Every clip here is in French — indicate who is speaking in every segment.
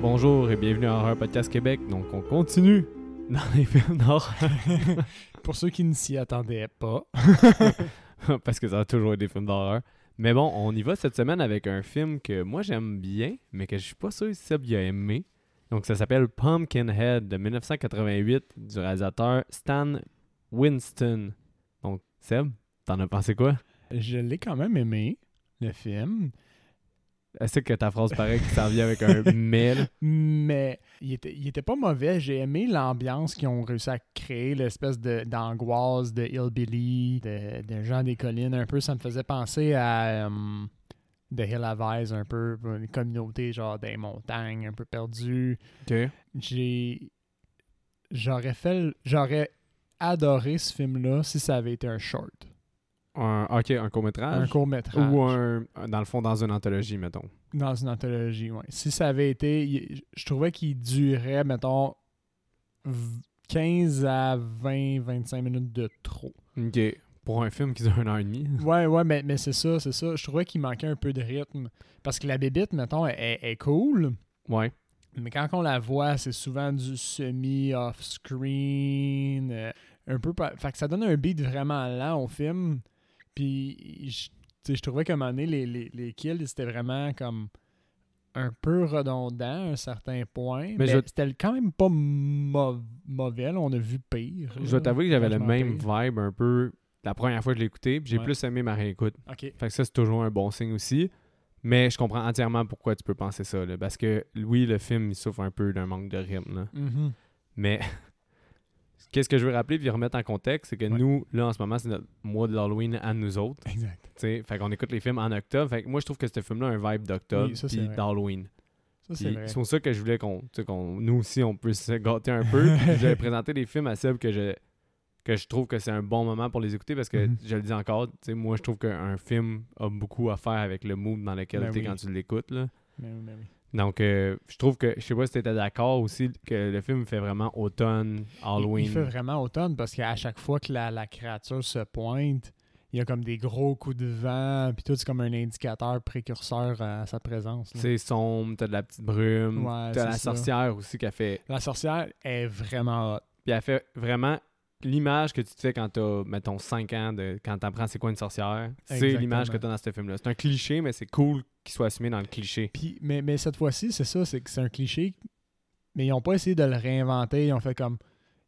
Speaker 1: bonjour et bienvenue à Horror Podcast Québec. Donc, on continue dans les films d'horreur
Speaker 2: Pour ceux qui ne s'y attendaient pas.
Speaker 1: parce que ça a toujours été des films d'horreur. Mais bon, on y va cette semaine avec un film que moi j'aime bien, mais que je suis pas sûr si Seb y a aimé. Donc, ça s'appelle Pumpkinhead de 1988 du réalisateur Stan Winston. Donc, Seb, t'en as pensé quoi?
Speaker 2: Je l'ai quand même aimé, le film,
Speaker 1: Est-ce que ta phrase paraît que ça vient avec un mail?
Speaker 2: mais il était, il était pas mauvais. J'ai aimé l'ambiance qu'ils ont réussi à créer, l'espèce de- d'angoisse de, Hillbilly, de, de gens des collines. Un peu, ça me faisait penser à euh, The Hill of Eyes, un peu, une communauté genre des montagnes, un peu perdues. j'ai j'aurais fait le- j'aurais adoré ce film là si ça avait été un short
Speaker 1: Un, ok, un
Speaker 2: un
Speaker 1: court-métrage?
Speaker 2: court métrage
Speaker 1: Ah, Ou un, dans le fond, dans une anthologie, mettons.
Speaker 2: dans une anthologie ouais. si ça avait été il- je trouvais qu'il durait mettons v- 15 à 20 25 minutes de trop
Speaker 1: Ok. Pour un film qui dure un an et demie.
Speaker 2: ouais ouais mais, mais c'est ça c'est ça je trouvais qu'il manquait un peu de rythme parce que la bébite mettons est, est cool
Speaker 1: Ouais.
Speaker 2: Mais quand on la voit, c'est souvent du semi-off-screen. euh, un peu. pa- Fait que ça donne un beat vraiment lent au film. Puis, je, tu sais, je trouvais qu'à un moment donné, les, les, les kills, c'était vraiment comme un peu redondant à un certain point. Mais,
Speaker 1: je vais-
Speaker 2: c'était quand même pas mo- mauvais. là, On a vu pire.
Speaker 1: Je dois t'avouer que j'avais le
Speaker 2: Vachement
Speaker 1: même
Speaker 2: pire.
Speaker 1: vibe un peu la première fois que je l'ai écouté, puis j'ai
Speaker 2: Ouais.
Speaker 1: plus aimé ma réécoute.
Speaker 2: Ok.
Speaker 1: Fait que ça, c'est toujours un bon signe aussi. Mais je comprends entièrement pourquoi tu peux penser ça. là, parce que, oui, le film, il souffre un peu d'un manque de rythme. là.
Speaker 2: Mhm.
Speaker 1: Mais qu'est-ce que je veux rappeler puis remettre en contexte, c'est que
Speaker 2: Ouais.
Speaker 1: nous, là, en ce moment, c'est notre mois de l'Halloween à nous autres.
Speaker 2: Exact.
Speaker 1: tu sais. Fait qu'on écoute les films en octobre. Fait que moi, je trouve que ce film-là a un vibe d'octobre
Speaker 2: Oui, ça, c'est
Speaker 1: puis
Speaker 2: vrai.
Speaker 1: d'Halloween.
Speaker 2: Ça, c'est
Speaker 1: Puis
Speaker 2: vrai.
Speaker 1: C'est pour ça que je voulais qu'on, tu sais, qu'on- nous aussi, on puisse se gâter un peu. Puis J'avais présenté des films à Seb que je, que je trouve que c'est un bon moment pour les écouter parce que,
Speaker 2: Mhm.
Speaker 1: je le dis encore, tu sais, moi, je trouve qu'un film a beaucoup à faire avec le mood dans lequel
Speaker 2: Ben
Speaker 1: tu es
Speaker 2: oui.
Speaker 1: quand tu l'écoutes. là.
Speaker 2: Mais oui, mais oui.
Speaker 1: Donc, euh, je trouve que, je sais pas si tu étais d'accord aussi, que le film fait vraiment automne, Halloween.
Speaker 2: Il, il fait vraiment automne parce qu'à chaque fois que la, la créature se pointe, il y a comme des gros coups de vent, puis tout, c'est comme un indicateur précurseur à sa présence. là.
Speaker 1: C'est sombre, t'as de la petite brume, t'as
Speaker 2: Ouais, c'est
Speaker 1: la
Speaker 2: ça.
Speaker 1: sorcière aussi qui a fait
Speaker 2: La sorcière est vraiment hot.
Speaker 1: Puis elle fait vraiment l'image que tu te fais quand t'as, mettons, 5 ans, de, quand t'apprends c'est quoi une sorcière. C'est
Speaker 2: Exactement.
Speaker 1: l'image que t'as dans ce film-là. C'est un cliché, mais c'est cool qu'il soit assumé dans le cliché.
Speaker 2: Puis, mais, mais cette fois-ci, c'est ça, c'est que c'est un cliché, mais ils n'ont pas essayé de le réinventer. Ils ont fait comme,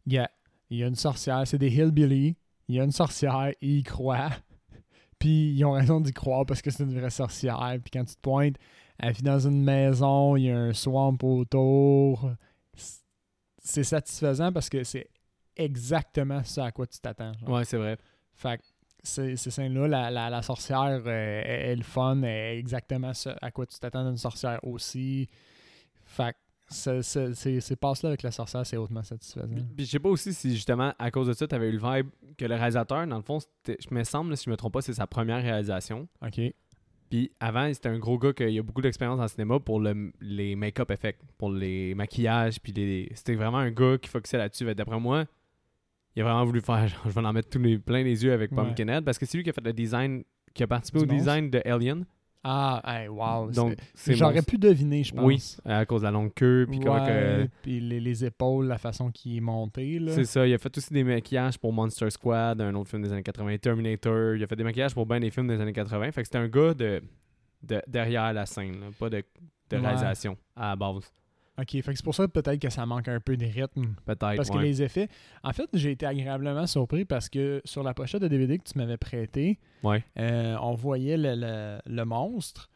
Speaker 2: Yeah, il y a une sorcière, c'est des hillbillies, il y a une sorcière, ils y croient. Puis ils ont raison d'y croire parce que c'est une vraie sorcière. Puis quand tu te pointes, elle vit dans une maison, il y a un swamp autour. C- C'est satisfaisant parce que c'est exactement ce à quoi tu t'attends. genre.
Speaker 1: Ouais, c'est vrai.
Speaker 2: Fait que ces, ces scènes-là, la, la, la sorcière euh, est, est le fun, est exactement ce à quoi tu t'attends d'une sorcière aussi. Fait que ce- ce- ces, ces passes-là avec la sorcière, c'est hautement satisfaisant.
Speaker 1: Puis je sais pas aussi si justement à cause de ça, t'avais eu le vibe que le réalisateur, dans le fond, c'était- je me semble, si je me trompe pas, c'est sa première réalisation.
Speaker 2: OK.
Speaker 1: Puis avant, c'était un gros gars qui a beaucoup d'expérience en cinéma pour le- les make-up effects, pour les maquillages. Puis les, c'était vraiment un gars qui focusait là-dessus. Fait que D'après moi, il a vraiment voulu faire, genre, je vais en mettre tous les, plein les yeux avec
Speaker 2: Ouais.
Speaker 1: Pumpkinhead parce que c'est lui qui a fait le design, qui a participé
Speaker 2: Du
Speaker 1: au design de Alien.
Speaker 2: Ah, hey, wow.
Speaker 1: Donc,
Speaker 2: c'est-
Speaker 1: c'est
Speaker 2: J'aurais
Speaker 1: monstre.
Speaker 2: pu deviner, je pense.
Speaker 1: Oui, à cause de la longue queue. Puis comment
Speaker 2: Ouais,
Speaker 1: que-
Speaker 2: puis les, les épaules, la façon qui est montée. Là.
Speaker 1: C'est ça, il a fait aussi des maquillages pour Monster Squad, un autre film des années 80, Terminator. Il a fait des maquillages pour bien des films des années 80. Fait que c'était un gars de, de- derrière la scène, là, pas de, de
Speaker 2: Ouais.
Speaker 1: réalisation à la base.
Speaker 2: OK, fait que c'est pour ça peut-être que ça manque un peu de rythme.
Speaker 1: Peut-être.
Speaker 2: Parce que
Speaker 1: ouais.
Speaker 2: les effets... En fait, j'ai été agréablement surpris parce que sur la pochette de DVD que tu m'avais prêtée,
Speaker 1: Ouais.
Speaker 2: Euh, on voyait le, le- le monstre,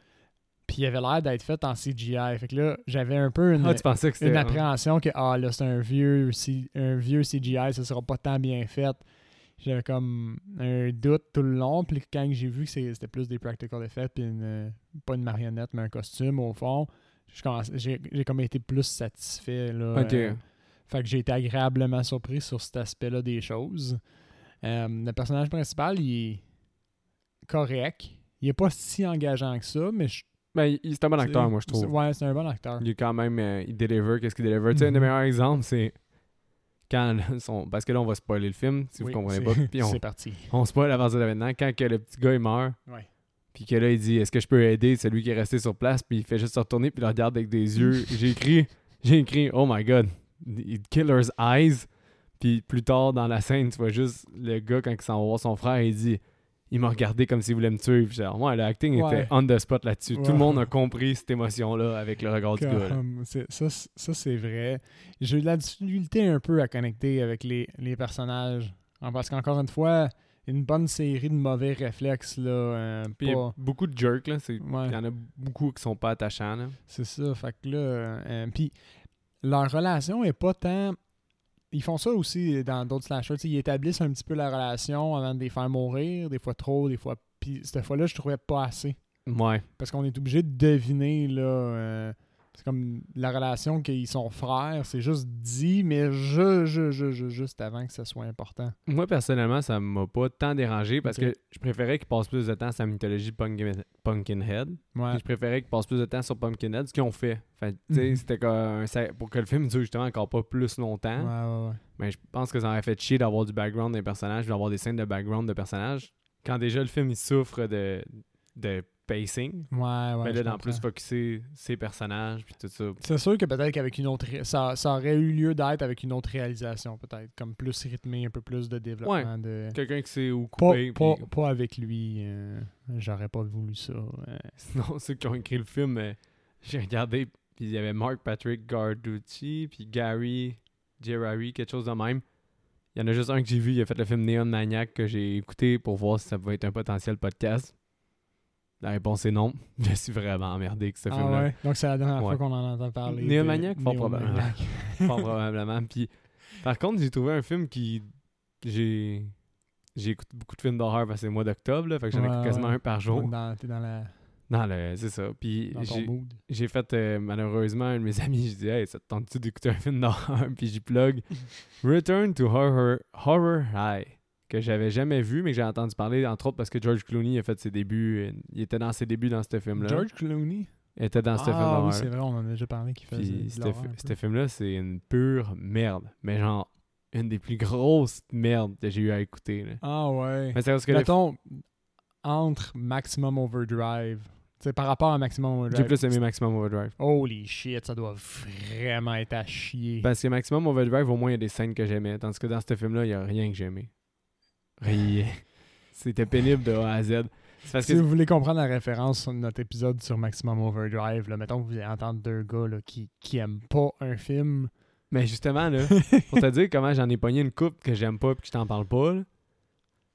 Speaker 2: puis il avait l'air d'être fait en CGI. Fait que là, j'avais un peu une,
Speaker 1: Ah, tu pensais que c'était.
Speaker 2: une
Speaker 1: hein?
Speaker 2: appréhension que ah là, c'est un vieux, C- un vieux CGI, ça sera pas tant bien fait. J'avais comme un doute tout le long, puis quand j'ai vu que c'est- c'était plus des practical effects, puis une- pas une marionnette, mais un costume au fond, je commence- j'ai j'ai comme été plus satisfait. Là,
Speaker 1: Ok.
Speaker 2: Euh, fait que j'ai été agréablement surpris sur cet aspect-là des choses. Euh, le personnage principal, il est correct. Il est pas si engageant que ça, mais je
Speaker 1: Ben, il- il- c'est un bon acteur,
Speaker 2: c'est-
Speaker 1: moi, je trouve.
Speaker 2: c'est- Ouais, c'est un bon acteur.
Speaker 1: Il est quand même. euh, il deliver, qu'est-ce qu'il deliver. Tu sais, un des
Speaker 2: Mhm.
Speaker 1: meilleurs exemples, c'est. Quand le- son- parce que là, on va spoiler le film, si
Speaker 2: Oui,
Speaker 1: vous comprenez
Speaker 2: c'est-
Speaker 1: pas. Puis on,
Speaker 2: C'est parti.
Speaker 1: on spoil à partir de maintenant. Quand que le petit gars, il meurt.
Speaker 2: Ouais.
Speaker 1: Puis que là, il dit Est-ce que je peux aider celui qui est resté sur place Puis il fait juste se retourner, puis il le regarde avec des yeux. J'ai écrit J'ai écrit Oh my god, it killer's eyes. Puis plus tard dans la scène, tu vois juste le gars, quand il s'en va voir son frère, il dit Il m'a regardé comme s'il voulait me tuer. Puis genre, ouais, le acting
Speaker 2: Ouais.
Speaker 1: était on the spot là-dessus. Tout
Speaker 2: Ouais.
Speaker 1: le monde a compris cette émotion-là avec le regard du gars. là.
Speaker 2: Comme, c'est- ça, c'est- ça, c'est vrai. J'ai eu de la difficulté un peu à connecter avec les, les personnages. Ah, Parce qu'encore une fois, une bonne série de mauvais réflexes, là. euh,
Speaker 1: Puis il y a
Speaker 2: pas-
Speaker 1: beaucoup de jerks, là. c'est- Il
Speaker 2: Ouais.
Speaker 1: y en a beaucoup qui sont pas attachants, là.
Speaker 2: C'est ça, fait que là... euh, euh, Puis leur relation est pas tant... Ils font ça aussi dans d'autres slashers. tu sais, Ils établissent un petit peu la relation avant de les faire mourir, des fois trop, des fois... Puis cette fois-là, je trouvais pas assez.
Speaker 1: Ouais.
Speaker 2: Parce qu'on est obligé de deviner, là... euh, c'est comme la relation qu'ils sont frères, c'est juste dit, mais je, je, je, je, juste avant que ça soit important.
Speaker 1: Moi, personnellement, ça m'a pas tant dérangé parce
Speaker 2: Ok.
Speaker 1: que je préférais qu'il passe plus de temps sur la mythologie de Pumpkin- Pumpkinhead.
Speaker 2: Ouais.
Speaker 1: Puis je préférais qu'ils passent plus de temps sur Pumpkinhead, ce qu'ils ont fait. Fait que, tu sais,
Speaker 2: Mhm.
Speaker 1: c'était comme un sa- pour que le film dure justement encore pas plus
Speaker 2: Ouais,
Speaker 1: longtemps.
Speaker 2: ouais, ouais.
Speaker 1: Mais je pense que ça aurait fait chier d'avoir du background des personnages, d'avoir des scènes de background de personnages. Quand déjà le film il souffre de, de pacing, mais Ben
Speaker 2: Ouais, ouais.
Speaker 1: là
Speaker 2: je
Speaker 1: d'en
Speaker 2: comprends.
Speaker 1: plus focusser ses personnages puis tout ça.
Speaker 2: C'est sûr que peut-être qu'avec une autre. ré- Ça, ça aurait eu lieu d'être avec une autre réalisation, peut-être. Comme plus rythmé, un peu plus de développement.
Speaker 1: Ouais.
Speaker 2: De...
Speaker 1: Quelqu'un qui sait où
Speaker 2: Pas,
Speaker 1: couper.
Speaker 2: pas,
Speaker 1: puis-
Speaker 2: pas avec lui. euh, J'aurais pas voulu ça. euh.
Speaker 1: Sinon, ceux qui ont écrit le film, euh, j'ai regardé, puis il y avait Mark Patrick Garducci, puis Gary Gerrari, quelque chose de même. Il y en a juste un que j'ai vu, il a fait le film Neon Maniac que j'ai écouté pour voir si ça pouvait être un potentiel podcast. La réponse est non. Je suis vraiment emmerdé que ce
Speaker 2: Ah
Speaker 1: film-là.
Speaker 2: ouais. Donc c'est la dernière fois
Speaker 1: Ouais.
Speaker 2: qu'on en entend parler. de
Speaker 1: Néomaniaque, fort probablement.
Speaker 2: Néomaniaque.
Speaker 1: Fort probablement. Puis, par contre, j'ai trouvé un film qui. J'ai. J'ai écouté beaucoup de films d'horreur parce que c'est le mois d'octobre, là, fait que j'en
Speaker 2: Ouais,
Speaker 1: écoute quasiment
Speaker 2: ouais.
Speaker 1: un par jour.
Speaker 2: Dans- T'es dans, la-
Speaker 1: Non, le- c'est ça. Puis,
Speaker 2: dans ton
Speaker 1: j'ai-
Speaker 2: mood.
Speaker 1: j'ai fait euh, malheureusement un de mes amis, je dis Hey, ça te tente-tu d'écouter un film d'horreur? Puis j'y plug Return to Horror, Horror High, que j'avais jamais vu, mais que j'ai entendu parler, entre autres parce que George Clooney a fait ses débuts. euh, Il était dans ses débuts dans ce film-là.
Speaker 2: George Clooney.
Speaker 1: Il était dans ce film
Speaker 2: ah oui,
Speaker 1: d'horreur.
Speaker 2: c'est vrai, on en a déjà parlé qu'il faisait.
Speaker 1: Puis
Speaker 2: de
Speaker 1: ce
Speaker 2: l'horreur un
Speaker 1: fi-
Speaker 2: peu.
Speaker 1: ce film-là, c'est une pure merde. Mais genre, une des plus grosses merdes que j'ai eu à écouter. là.
Speaker 2: Ah ouais.
Speaker 1: Mais c'est parce que le
Speaker 2: Mettons, entre Maximum Overdrive. Tu sais, par rapport à Maximum
Speaker 1: j'ai
Speaker 2: Overdrive.
Speaker 1: plus aimé Maximum Overdrive.
Speaker 2: Holy shit, ça doit vraiment être à chier.
Speaker 1: Parce que Maximum Overdrive, au moins, il y a des scènes que j'aimais. Tandis que dans ce film-là, il n'y a rien que j'aimais. Rien. C'était pénible de A à Z. C'est parce
Speaker 2: si
Speaker 1: que.
Speaker 2: vous voulez comprendre la référence sur notre épisode sur Maximum Overdrive, là, mettons que vous voulez entendre deux gars là, qui, qui aiment pas un film.
Speaker 1: Mais justement, là, pour te dire comment j'en ai pogné une coupe que j'aime pas et que je t'en parle pas, là,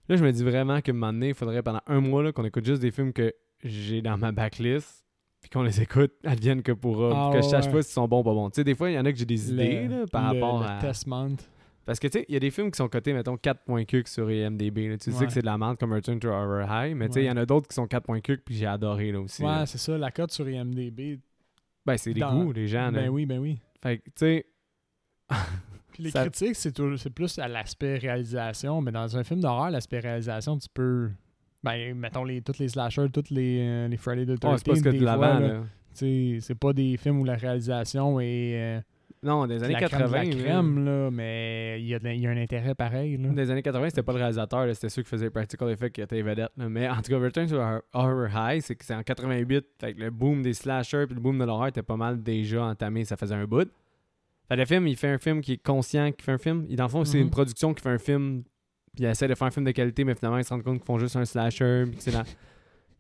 Speaker 1: là, je me dis vraiment que un moment donné, il faudrait pendant un mois là, qu'on écoute juste des films que j'ai dans ma backlist puis qu'on les écoute, advienne que pourra,
Speaker 2: Ah,
Speaker 1: puis que je sache
Speaker 2: ouais.
Speaker 1: pas s'ils sont bons ou pas bons. Tu sais, des fois, il y en a que j'ai des idées
Speaker 2: le-
Speaker 1: là, par
Speaker 2: le-
Speaker 1: rapport
Speaker 2: le
Speaker 1: à.
Speaker 2: Test Month.
Speaker 1: Parce que tu sais, il y a des films qui sont cotés, mettons, 4.cuc sur IMDB. là. Tu
Speaker 2: Ouais.
Speaker 1: sais que c'est de la merde comme Return to Horror High, mais tu sais, il y en a d'autres qui sont 4.cuc puis j'ai adoré là aussi. là.
Speaker 2: Ouais, c'est ça, la cote sur IMDB.
Speaker 1: Ben, c'est les
Speaker 2: Dans-
Speaker 1: goûts, les gens. là.
Speaker 2: Ben oui, ben oui.
Speaker 1: Fait que tu sais,
Speaker 2: Puis les
Speaker 1: Ça-
Speaker 2: critiques, c'est toujours- c'est plus à l'aspect réalisation, mais dans un film d'horreur, l'aspect réalisation, tu peux. Ben, mettons les, toutes les slashers, toutes les, euh, les Friday the 13
Speaker 1: on c'est pas ce que de l'avant. là.
Speaker 2: C'est pas des films où la réalisation est. euh,
Speaker 1: Non, des années
Speaker 2: la
Speaker 1: 80.
Speaker 2: crème de la
Speaker 1: là.
Speaker 2: crème, là, mais il y, a de- il y a un intérêt pareil. Là.
Speaker 1: Des années 80, c'était pas le réalisateur, là, c'était ceux qui faisaient les Practical Effects qui étaient les vedettes. là. Mais en tout cas, Return to Horror- Horror High, c'est que c'est en 88, fait que le boom des slashers puis le boom de l'horreur était pas mal déjà entamé, ça faisait un bout. Fait que le film, il fait un film qui est conscient, qui fait un film. Et dans le fond, c'est
Speaker 2: Mhm.
Speaker 1: une production qui fait un film, puis il essaie de faire un film de qualité, mais finalement, ils se rendent compte qu'ils font juste un slasher, puis que c'est dans-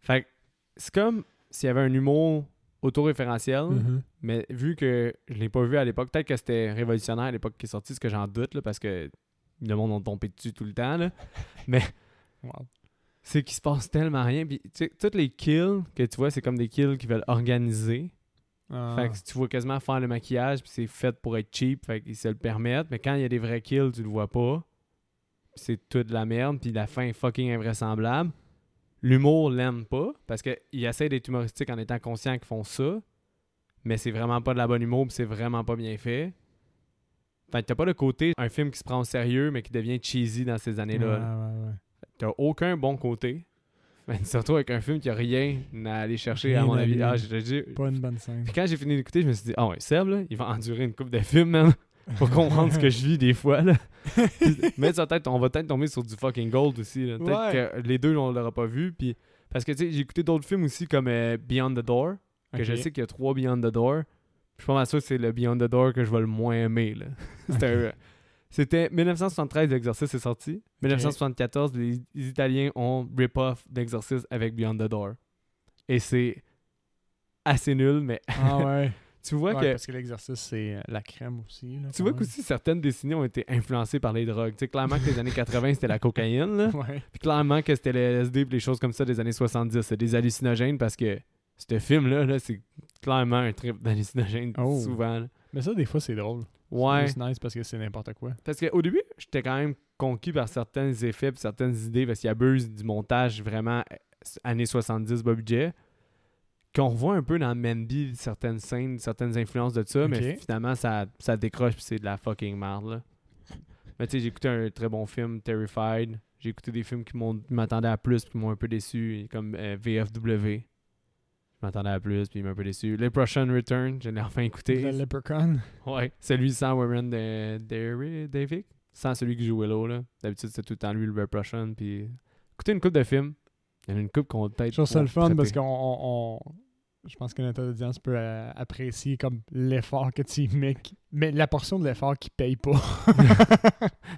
Speaker 1: Fait que c'est comme s'il y avait un humour autoréférentiel,
Speaker 2: Mhm.
Speaker 1: mais vu que je l'ai pas vu à l'époque, peut-être que c'était révolutionnaire à l'époque qui est sorti, ce que j'en doute, là, parce que le monde ont tombé dessus tout le temps, là.
Speaker 2: Wow.
Speaker 1: c'est qu'il se passe tellement rien. Puis, tu sais, toutes les kills que tu vois, c'est comme des kills qui veulent organiser.
Speaker 2: Ah.
Speaker 1: Fait que tu vois quasiment faire le maquillage, puis c'est fait pour être cheap, fait qu'ils se le permettent. Mais quand il y a des vrais kills, tu le vois pas. Puis C'est toute de la merde, puis la fin est fucking invraisemblable. L'humour l'aime pas, parce qu'ils essaient d'être humoristiques en étant conscients qu'ils font ça, mais c'est vraiment pas de la bonne humour, puis c'est vraiment pas bien fait. Fait que t'as pas le côté un film qui se prend au sérieux, mais qui devient cheesy dans ces années-là. là.
Speaker 2: Ouais, ouais, ouais.
Speaker 1: T'as aucun bon côté. Mais tu te retrouves avec un film qui a rien à aller chercher, à
Speaker 2: Rien
Speaker 1: mon
Speaker 2: à
Speaker 1: avis.
Speaker 2: lui.
Speaker 1: Ah, je te dis-
Speaker 2: Pas une bonne scène.
Speaker 1: Puis quand j'ai fini d'écouter, je me suis dit, ah ouais, Seb, là, il va endurer une coupe de films, man, pour comprendre ce que je vis des fois, là. mais ça, peut-être, on va peut-être tomber sur du fucking gold aussi, là. Peut-être
Speaker 2: Ouais.
Speaker 1: que les deux, on l'aura pas vu, puis Parce que, tu sais, j'ai écouté d'autres films aussi comme euh, Beyond the Door, que
Speaker 2: Ok.
Speaker 1: je sais qu'il y a trois Beyond the Door. Je suis pas mal sûr que c'est le Beyond the Door que je vais le moins aimer. là. C'était un- C'était 1973, l'exercice est sorti. 1974, les, les Italiens ont rip-off d'exercice avec Beyond the Door. Et c'est assez nul, mais
Speaker 2: Ah ouais.
Speaker 1: tu vois
Speaker 2: Ouais,
Speaker 1: que
Speaker 2: Parce que l'exercice, c'est euh, la crème aussi. là,
Speaker 1: tu
Speaker 2: quand
Speaker 1: vois qu'aussi certaines décennies ont été influencées par les drogues. Tu sais, clairement que les années 80, c'était la cocaïne. Là.
Speaker 2: même. Ouais.
Speaker 1: Puis clairement que c'était le LSD pis les choses comme ça des années 70. C'est des hallucinogènes parce que ce film-là, là, c'est clairement un trip d'hallucinogènes
Speaker 2: Oh.
Speaker 1: souvent. là.
Speaker 2: Mais ça, des fois, c'est drôle.
Speaker 1: Ouais.
Speaker 2: C'est juste nice parce que c'est n'importe quoi.
Speaker 1: Parce qu'au début, j'étais quand même conquis par certains effets pis certaines idées parce qu'il abuse du montage vraiment euh, années 70 bas budget. Qu'on revoit un peu dans Mandy certaines scènes, certaines influences de ça, mais
Speaker 2: Ok.
Speaker 1: finalement ça, ça décroche pis c'est de la fucking merde. là. Mais tu sais, j'ai écouté un très bon film, Terrified. J'ai écouté des films qui m'ont- qui m'attendaient à plus puis qui m'ont un peu déçu, comme euh, VFW. Je m'attendais à plus puis il m'a un peu déçu. Les prochain Return, je l'ai enfin écouté.
Speaker 2: Le leprechaun.
Speaker 1: Ouais, celui sans Warren de, Derry- Davick. Sans celui qui joue Willow, là. D'habitude, c'est tout le temps lui, le Repression. Puis. Écoutez une coupe de films. Il y en a une coupe qu'on va peut-être.
Speaker 2: Je trouve ça le fun
Speaker 1: traiter.
Speaker 2: parce qu'on. on- on- Je pense que notre audience peut euh, apprécier comme l'effort que tu y mets. qui- Mais la portion de l'effort qui paye pas.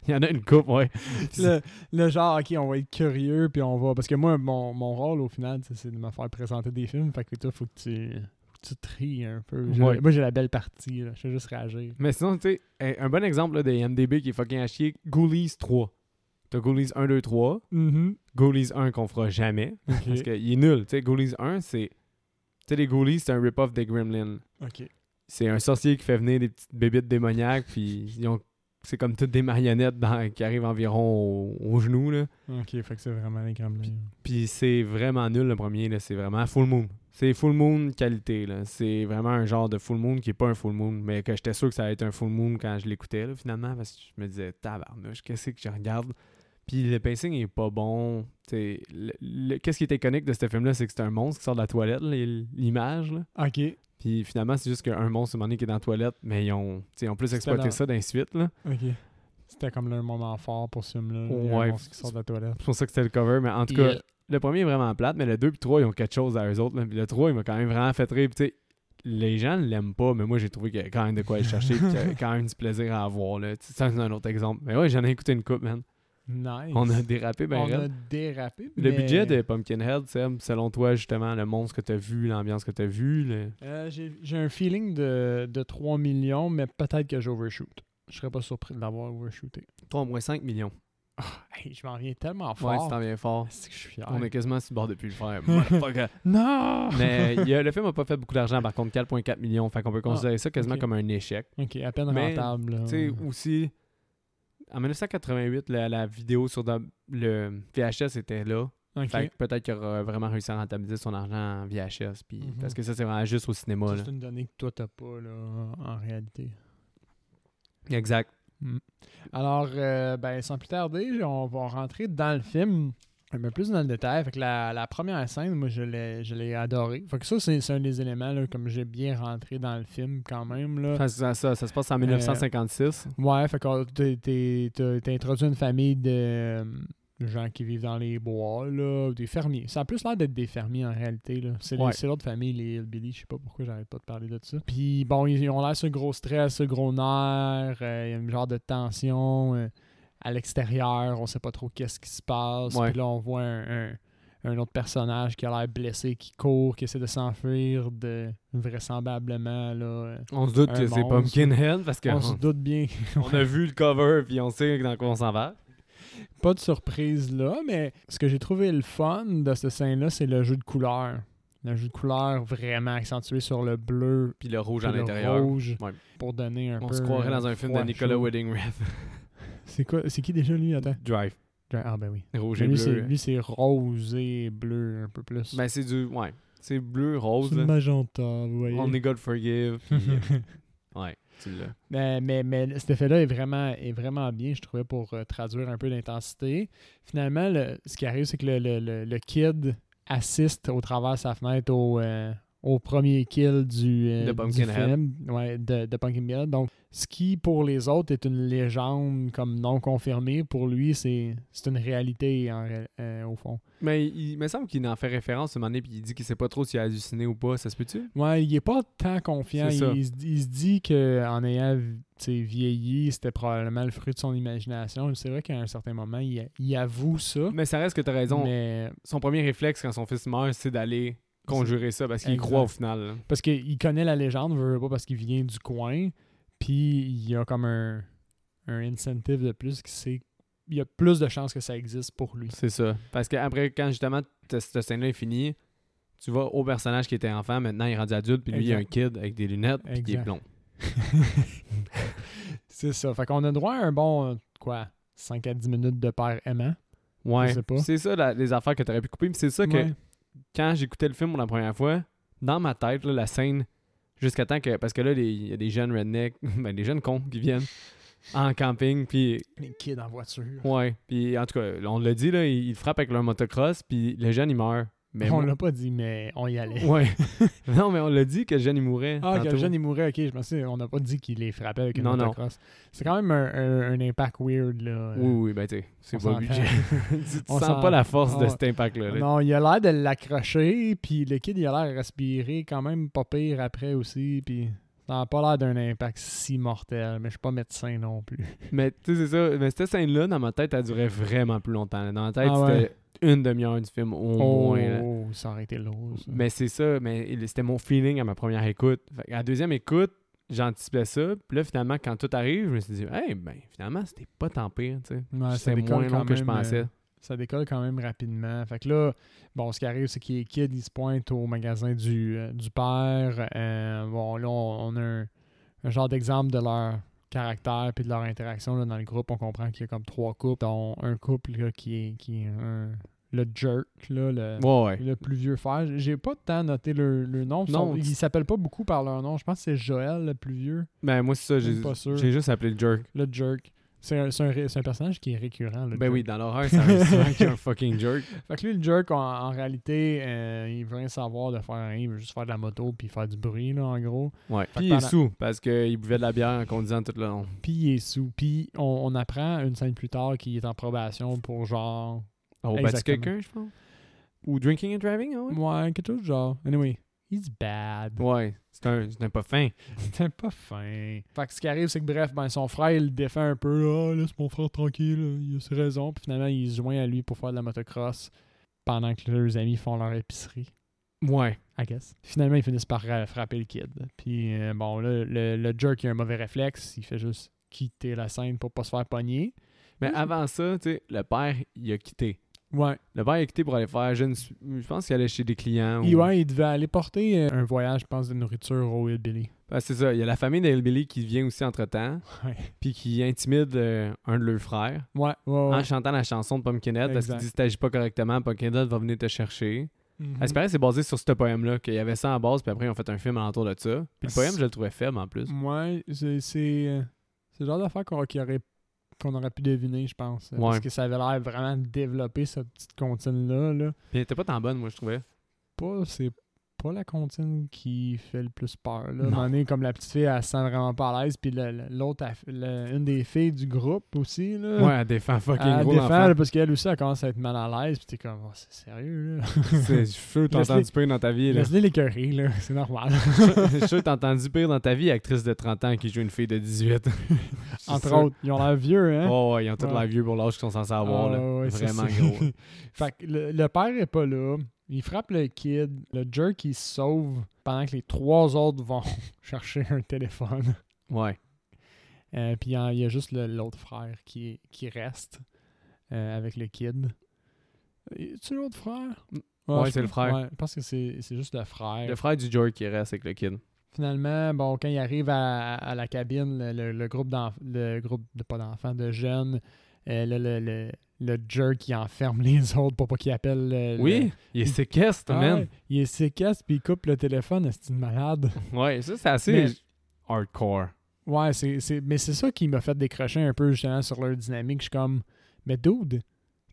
Speaker 1: Il y en a une coupe, ouais.
Speaker 2: le, le genre, ok, on va être curieux, puis on va. Parce que moi, mon, mon rôle au final, tu sais, c'est de me faire présenter des films. Fait que toi, faut que tu, faut que tu tries un peu. J'ai-
Speaker 1: Ouais.
Speaker 2: Moi, j'ai la belle partie, là. je fais juste réagir.
Speaker 1: Mais sinon, tu sais, un un bon exemple là, des MDB qui est fucking à chier, Ghoulies 3. T'as Ghoulies 1, 2, 3. Ghoulies 1 qu'on fera jamais. Mm-hmm. Parce qu'il est nul. Tu sais, Ghoulies 1, c'est. Tu sais, les Ghoulies, c'est un rip-off des Gremlins.
Speaker 2: ok.
Speaker 1: c'est un sorcier qui fait venir des petites bébites démoniaques, puis ils ont- c'est comme toutes des marionnettes dans- qui arrivent environ au, au genou, là.
Speaker 2: Ok, fait que c'est vraiment les gremlins.
Speaker 1: Puis c'est vraiment nul, le premier, là. C'est vraiment full moon. C'est full moon qualité, là. C'est vraiment un genre de full moon qui est pas un full moon, mais que j'étais sûr que ça allait être un full moon quand je l'écoutais, là, finalement, parce que je me disais, tabarnouche, qu'est-ce que je regarde? Puis le pacing est pas bon. T'sais, le- le- Qu'est-ce qui est iconique de ce film-là, c'est que c'est un monstre qui sort de la toilette, là, l'image, là.
Speaker 2: Ok.
Speaker 1: Puis finalement, c'est juste qu'un monstre, à un moment donné, qui est dans la toilette, mais ils ont, tu sais, ils ont plus exploité
Speaker 2: dans-
Speaker 1: ça dans les suites, là.
Speaker 2: Ok. C'était comme là, un moment fort pour ce film-là. Il y a un
Speaker 1: Ouais.
Speaker 2: monstre qui sort de la toilette.
Speaker 1: C'est pour ça que c'était le cover, mais en tout
Speaker 2: euh,
Speaker 1: cas, le premier est vraiment plate, mais le 2 puis 3, ils ont quelque chose à eux autres, là. Puis le 3, il m'a quand même vraiment fait rire, Puis tu sais, les gens l'aiment pas, mais moi, j'ai trouvé qu'il y a quand même de quoi aller chercher, puis qu'il y a quand même du plaisir à avoir, là. Tu sais, Ça, c'est un autre exemple. Mais ouais, j'en ai écouté une coupe, man.
Speaker 2: Nice.
Speaker 1: On a dérapé, ben
Speaker 2: On a
Speaker 1: raide.
Speaker 2: dérapé.
Speaker 1: Le
Speaker 2: mais-
Speaker 1: budget de Pumpkinhead, Seb, selon toi, justement, le monstre que t'as vu, l'ambiance que t'as vue, le...
Speaker 2: Euh, j'ai j'ai un feeling de, de 3 millions, mais peut-être que j'overshoot. Je serais pas surpris de l'avoir overshooté.
Speaker 1: 3,5 millions.
Speaker 2: Hey, je m'en viens tellement
Speaker 1: Ouais,
Speaker 2: fort.
Speaker 1: tu t'en viens fort.
Speaker 2: Ah, C'est que je suis fier.
Speaker 1: On est quasiment sur le bord depuis le faire. Motherfucker.
Speaker 2: Non!
Speaker 1: Mais euh, il y a- le film n'a pas fait beaucoup d'argent, par contre, 4,4 millions. Fait qu'on peut considérer ça quasiment
Speaker 2: Ah, ok.
Speaker 1: comme un échec.
Speaker 2: Ok, à peine
Speaker 1: Mais,
Speaker 2: rentable. là.
Speaker 1: Tu sais, aussi, en 1988, la, la vidéo sur da- le VHS était là.
Speaker 2: Ok.
Speaker 1: Fait que peut-être qu'il aura vraiment réussi à rentabiliser son argent en VHS. puis
Speaker 2: Mhm.
Speaker 1: Parce que ça, c'est vraiment juste au cinéma.
Speaker 2: Ça,
Speaker 1: là.
Speaker 2: C'est une donnée que toi, t'as pas, là, en réalité.
Speaker 1: Exact.
Speaker 2: Alors, euh, ben, sans plus tarder, on va rentrer dans le film un peu plus dans le détail. Fait que la, la première scène, moi, je l'ai je l'ai adoré. Fait que ça, c'est c'est un des éléments, là, comme j'ai bien rentré dans le film quand même, là.
Speaker 1: Ça, ça, ça- ça se passe en 1956.
Speaker 2: Ouais, fait que euh, t'es- t'es- t'as t'as introduit une famille de euh, gens qui vivent dans les bois, là, ou des fermiers. Ça a plus l'air d'être des fermiers en réalité, là. C'est les-
Speaker 1: Ouais.
Speaker 2: c'est l'autre famille, les Hillbilly, je sais pas pourquoi j'arrête pas de parler de ça. Puis bon, ils, ils ont l'air ce gros stress, ce gros nerf, euh, il y a une genre de tension euh, à l'extérieur, on sait pas trop qu'est-ce qui se passe.
Speaker 1: Ouais.
Speaker 2: Puis là, on voit un, un- un autre personnage qui a l'air blessé, qui court, qui essaie de s'enfuir de vraisemblablement, là. euh,
Speaker 1: On se doute
Speaker 2: Un
Speaker 1: que c'est
Speaker 2: monstre.
Speaker 1: Pumpkinhead parce
Speaker 2: On se
Speaker 1: qu'on
Speaker 2: doute bien
Speaker 1: on a vu le cover puis on sait dans quoi on s'en va.
Speaker 2: pas de surprise là, mais ce que j'ai trouvé le fun de cette scène-là, c'est le jeu de couleurs. Le jeu de couleurs vraiment accentué sur le bleu
Speaker 1: Puis le rouge
Speaker 2: et
Speaker 1: à
Speaker 2: le
Speaker 1: l'intérieur.
Speaker 2: rouge
Speaker 1: Ouais.
Speaker 2: pour donner un peu...
Speaker 1: On se croirait dans un film de
Speaker 2: froid,
Speaker 1: Nicolas
Speaker 2: chaud.
Speaker 1: Wedding Refn.
Speaker 2: C'est quoi? C'est qui déjà lui? Attends.
Speaker 1: Drive.
Speaker 2: Ah ben oui.
Speaker 1: Rouge et
Speaker 2: Lui, c'est-
Speaker 1: bleu.
Speaker 2: lui, c'est rose et bleu un peu plus.
Speaker 1: Ben, c'est du. Ouais. C'est bleu,
Speaker 2: C'est
Speaker 1: rose. hein.
Speaker 2: du
Speaker 1: là.
Speaker 2: magenta, vous voyez.
Speaker 1: Only God Forgive. puis, euh, ouais, tu l'as.
Speaker 2: Mais, mais, mais cet effet-là est vraiment, est vraiment bien, je trouvais, pour euh, traduire un peu l'intensité. Finalement, le- ce qui arrive, c'est que le, le- le- le kid assiste au travers de sa fenêtre au, euh, au premier kill du, euh,
Speaker 1: De
Speaker 2: du
Speaker 1: Pumpkinhead.
Speaker 2: film, ouais, de, de Pumpkinhead. Donc, ce qui pour les autres est une légende comme non confirmée, pour lui, c'est c'est une réalité en ré- euh, au fond.
Speaker 1: Mais il, il me semble qu'il en fait référence à un moment donné, puis il dit qu'il sait pas trop s'il a halluciné ou pas. Ça se peut-tu?
Speaker 2: Ouais, il est pas tant confiant.
Speaker 1: C'est ça.
Speaker 2: Il, se- il se dit qu'en ayant tu sais, vieilli, c'était probablement le fruit de son imagination. C'est vrai qu'à un certain moment, il, il avoue ça.
Speaker 1: Mais ça reste que t'as raison.
Speaker 2: Mais
Speaker 1: Son premier réflexe quand son fils meurt, c'est d'aller conjurer ça parce qu'il
Speaker 2: Exact.
Speaker 1: croit au final. là.
Speaker 2: parce qu'il connaît la légende, veut, veut pas parce qu'il vient du coin. Puis il y a comme un, un incentive de plus qui sait il y a plus de chances que ça existe pour lui.
Speaker 1: C'est ça. Parce qu'après, quand justement t- cette scène-là est finie, tu vas au personnage qui était enfant, maintenant il est rendu adulte, puis lui, il y a un kid avec des lunettes, puis qui est
Speaker 2: Exact.
Speaker 1: blond.
Speaker 2: C'est ça. Fait qu'on a droit à un bon, quoi, 5 à 10 minutes de père aimant.
Speaker 1: Ouais.
Speaker 2: Je sais pas.
Speaker 1: C'est ça la- les affaires que t'aurais pu couper. Puis c'est ça que
Speaker 2: Ouais.
Speaker 1: quand j'écoutais le film pour la première fois, dans ma tête, là, la scène, jusqu'à temps que. Parce que là, les- il y a des jeunes rednecks, ben, des jeunes cons qui viennent en camping, puis
Speaker 2: Les kids en voiture.
Speaker 1: ouais. Puis en tout cas, on l'a dit, là, ils, ils frappent avec leur motocross, puis le jeune, il meurt. Mais
Speaker 2: on
Speaker 1: moi-
Speaker 2: l'a pas dit, mais on y allait.
Speaker 1: Ouais. non, mais on l'a dit que le jeune, il mourait.
Speaker 2: Ah, que
Speaker 1: tantôt.
Speaker 2: le jeune il mourait, ok, je pensais, on n'a pas dit qu'il les frappait avec une
Speaker 1: Non, non.
Speaker 2: motocross. C'est quand même un, un- un impact weird, là.
Speaker 1: Oui, oui, ben tu sais, c'est
Speaker 2: on
Speaker 1: pas
Speaker 2: s'entend.
Speaker 1: obligé. tu tu
Speaker 2: On
Speaker 1: sens
Speaker 2: s'en-
Speaker 1: pas la force de
Speaker 2: Ah,
Speaker 1: cet impact-là. là.
Speaker 2: Non, il a l'air de l'accrocher, puis le kid, il a l'air de respirer quand même pas pire après aussi, puis ça n'a pas l'air d'un impact si mortel, mais je suis pas médecin non plus.
Speaker 1: Mais tu sais, c'est ça. Mais cette scène-là, dans ma tête, elle durait vraiment plus longtemps. là. Dans ma tête,
Speaker 2: Ah ouais.
Speaker 1: c'était une demi-heure du film au moins. là.
Speaker 2: Oh, ça aurait été lourd, ça.
Speaker 1: Mais c'est ça, mais il- c'était mon feeling à ma première écoute. Fait à la deuxième écoute, j'anticipais ça. Puis là, finalement, quand tout arrive, je me suis dit, hey, ben, finalement, c'était pas tant pire. tu sais.
Speaker 2: Ouais, ça
Speaker 1: c'est
Speaker 2: décolle
Speaker 1: moins long
Speaker 2: quand
Speaker 1: que je
Speaker 2: même,
Speaker 1: pensais.
Speaker 2: euh, Ça décolle quand même rapidement. Fait que là, bon, ce qui arrive, c'est qu'il est kid, il se pointe au magasin du, euh, du père. Euh, bon, là, on, on a un, un genre d'exemple de leur caractère puis de leur interaction là, dans le groupe. On comprend qu'il y a comme trois couples, dont un couple là, qui est, qui est un- le jerk, là, le,
Speaker 1: Ouais, ouais.
Speaker 2: le plus vieux frère. J'ai pas tant noté le, le nom.
Speaker 1: Non,
Speaker 2: Son-
Speaker 1: tu-
Speaker 2: il s'appelle pas beaucoup par leur nom. Je pense que c'est Joël, le plus vieux.
Speaker 1: Ben, moi, c'est ça.
Speaker 2: Je
Speaker 1: J'ai
Speaker 2: suis pas sûr.
Speaker 1: j'ai juste appelé le jerk.
Speaker 2: Le jerk. C'est un, c'est un ré- c'est un personnage qui est récurrent. Le
Speaker 1: Ben
Speaker 2: jerk.
Speaker 1: oui, dans l'horreur, ça arrive souvent qu'il y a un fucking jerk.
Speaker 2: Fait que lui, le jerk, en, en réalité, euh, il veut rien savoir de faire rien. Il veut juste faire de la moto puis faire du bruit, là, en gros.
Speaker 1: Ouais.
Speaker 2: que
Speaker 1: Puis il est
Speaker 2: pendant-
Speaker 1: sous parce qu'il buvait de la bière en conduisant tout le long.
Speaker 2: Puis il est sous. Puis on, on apprend une scène plus tard qu'il est en probation pour genre.
Speaker 1: On
Speaker 2: battu
Speaker 1: battu
Speaker 2: Exactement.
Speaker 1: quelqu'un,
Speaker 2: quelqu'un,
Speaker 1: je pense. Ou drinking and driving, ah ouais.
Speaker 2: Ouais, quelque chose de genre. Anyway, he's bad.
Speaker 1: Ouais, c'est un, c'est un pas fin.
Speaker 2: C'était pas fin. Fait que ce qui arrive, c'est que bref, ben son frère, il le défend un peu. Ah, laisse mon frère tranquille, il a ses raisons. Puis finalement, il se joint à lui pour faire de la motocross pendant que leurs amis font leur épicerie.
Speaker 1: Ouais.
Speaker 2: I guess. Finalement, ils finissent par ra- frapper le kid. Puis, euh, bon, là, le, le jerk, il a un mauvais réflexe. Il fait juste quitter la scène pour pas se faire pogner.
Speaker 1: Mais
Speaker 2: Oui, je-
Speaker 1: avant ça, tu sais, le père, il a quitté.
Speaker 2: Ouais.
Speaker 1: Le père, il a quitté pour aller faire. Je, ne suis- je pense qu'il allait chez des clients. ou-
Speaker 2: Il, ouais, il devait aller porter euh, un voyage, je pense, de nourriture au Hillbilly.
Speaker 1: Ah, c'est ça. Il y a la famille d'Hillbilly qui vient aussi entre temps.
Speaker 2: Ouais.
Speaker 1: Puis qui intimide euh, un de leurs frères
Speaker 2: Ouais, ouais, ouais.
Speaker 1: en chantant la chanson de Pumpkinhead parce qu'il
Speaker 2: Exact.
Speaker 1: dit si t'agis pas correctement, Pumpkinhead va venir te chercher.
Speaker 2: Mhm.
Speaker 1: À ce pareil, c'est basé sur ce poème-là, qu'il y avait ça en base, puis après, ils ont fait un film alentour de ça. Puis le poème, je le trouvais faible en
Speaker 2: Mhm.
Speaker 1: plus.
Speaker 2: Ouais, c'est c'est, euh, c'est le genre d'affaire qu'on qu'il aurait, qu'on aurait pu deviner, je pense.
Speaker 1: Ouais.
Speaker 2: Parce que ça avait l'air vraiment de développer cette petite comptine-là. Là.
Speaker 1: Puis elle était pas tant bonne, moi, je trouvais.
Speaker 2: Pas, c'est pas la comptine qui fait le plus peur.
Speaker 1: Non.
Speaker 2: Là. À un moment donné, comme la petite fille, elle se sent vraiment pas à l'aise. Puis le- le- l'autre, elle fait- le- une des filles du groupe aussi, là,
Speaker 1: Ouais, elle défend fucking
Speaker 2: Euh, elle
Speaker 1: gros
Speaker 2: défend
Speaker 1: l'enfant.
Speaker 2: là, parce qu'elle aussi, elle commence à être mal à l'aise. Puis t'es comme, Oh, c'est sérieux, là.
Speaker 1: C'est- Je suis sûr que t'as
Speaker 2: Laisse-les-
Speaker 1: entendu pire dans ta vie. là.
Speaker 2: Laisse-les l'écœurer, là. C'est normal.
Speaker 1: Je suis sûr que t'as entendu pire dans ta vie, actrice de 30 ans qui joue une fille de 18.
Speaker 2: Entre
Speaker 1: sûr.
Speaker 2: autres, ils ont l'air vieux, hein.
Speaker 1: Oh, ouais, ils ont tous
Speaker 2: Ouais.
Speaker 1: l'air vieux pour l'âge qu'ils sont censés avoir. là.
Speaker 2: Ah ouais, ça,
Speaker 1: Vraiment
Speaker 2: c'est-
Speaker 1: gros.
Speaker 2: Fait que le, le père est pas là. Il frappe le kid. Le jerk, il se sauve pendant que les trois autres vont chercher un téléphone.
Speaker 1: Ouais.
Speaker 2: Euh, Puis il y a- il y a juste le- l'autre frère qui, qui reste euh, avec le kid. Tu l'autre frère?
Speaker 1: Mm.
Speaker 2: Ah,
Speaker 1: Ouais,
Speaker 2: je
Speaker 1: c'est le
Speaker 2: pense-
Speaker 1: frère.
Speaker 2: ouais, je pense que c'est c'est juste le frère.
Speaker 1: Le frère du Joy qui reste avec le kid.
Speaker 2: Finalement, bon, quand il arrive à, à la cabine, le, le- le groupe d'enf- le groupe de pas d'enfants, de jeunes, euh, le, le, le, le jerk, il enferme les autres pour pas qu'ils appellent le- le-
Speaker 1: Oui, il est séquestre,
Speaker 2: Ah
Speaker 1: man.
Speaker 2: ouais, il est séquestre puis il coupe le téléphone, c'est une malade.
Speaker 1: Ouais, ça, c'est assez
Speaker 2: Mais-
Speaker 1: hardcore.
Speaker 2: Ouais, c'est, c'est- mais c'est ça qui m'a fait décrocher un peu justement sur leur dynamique. Je suis comme, mais dude,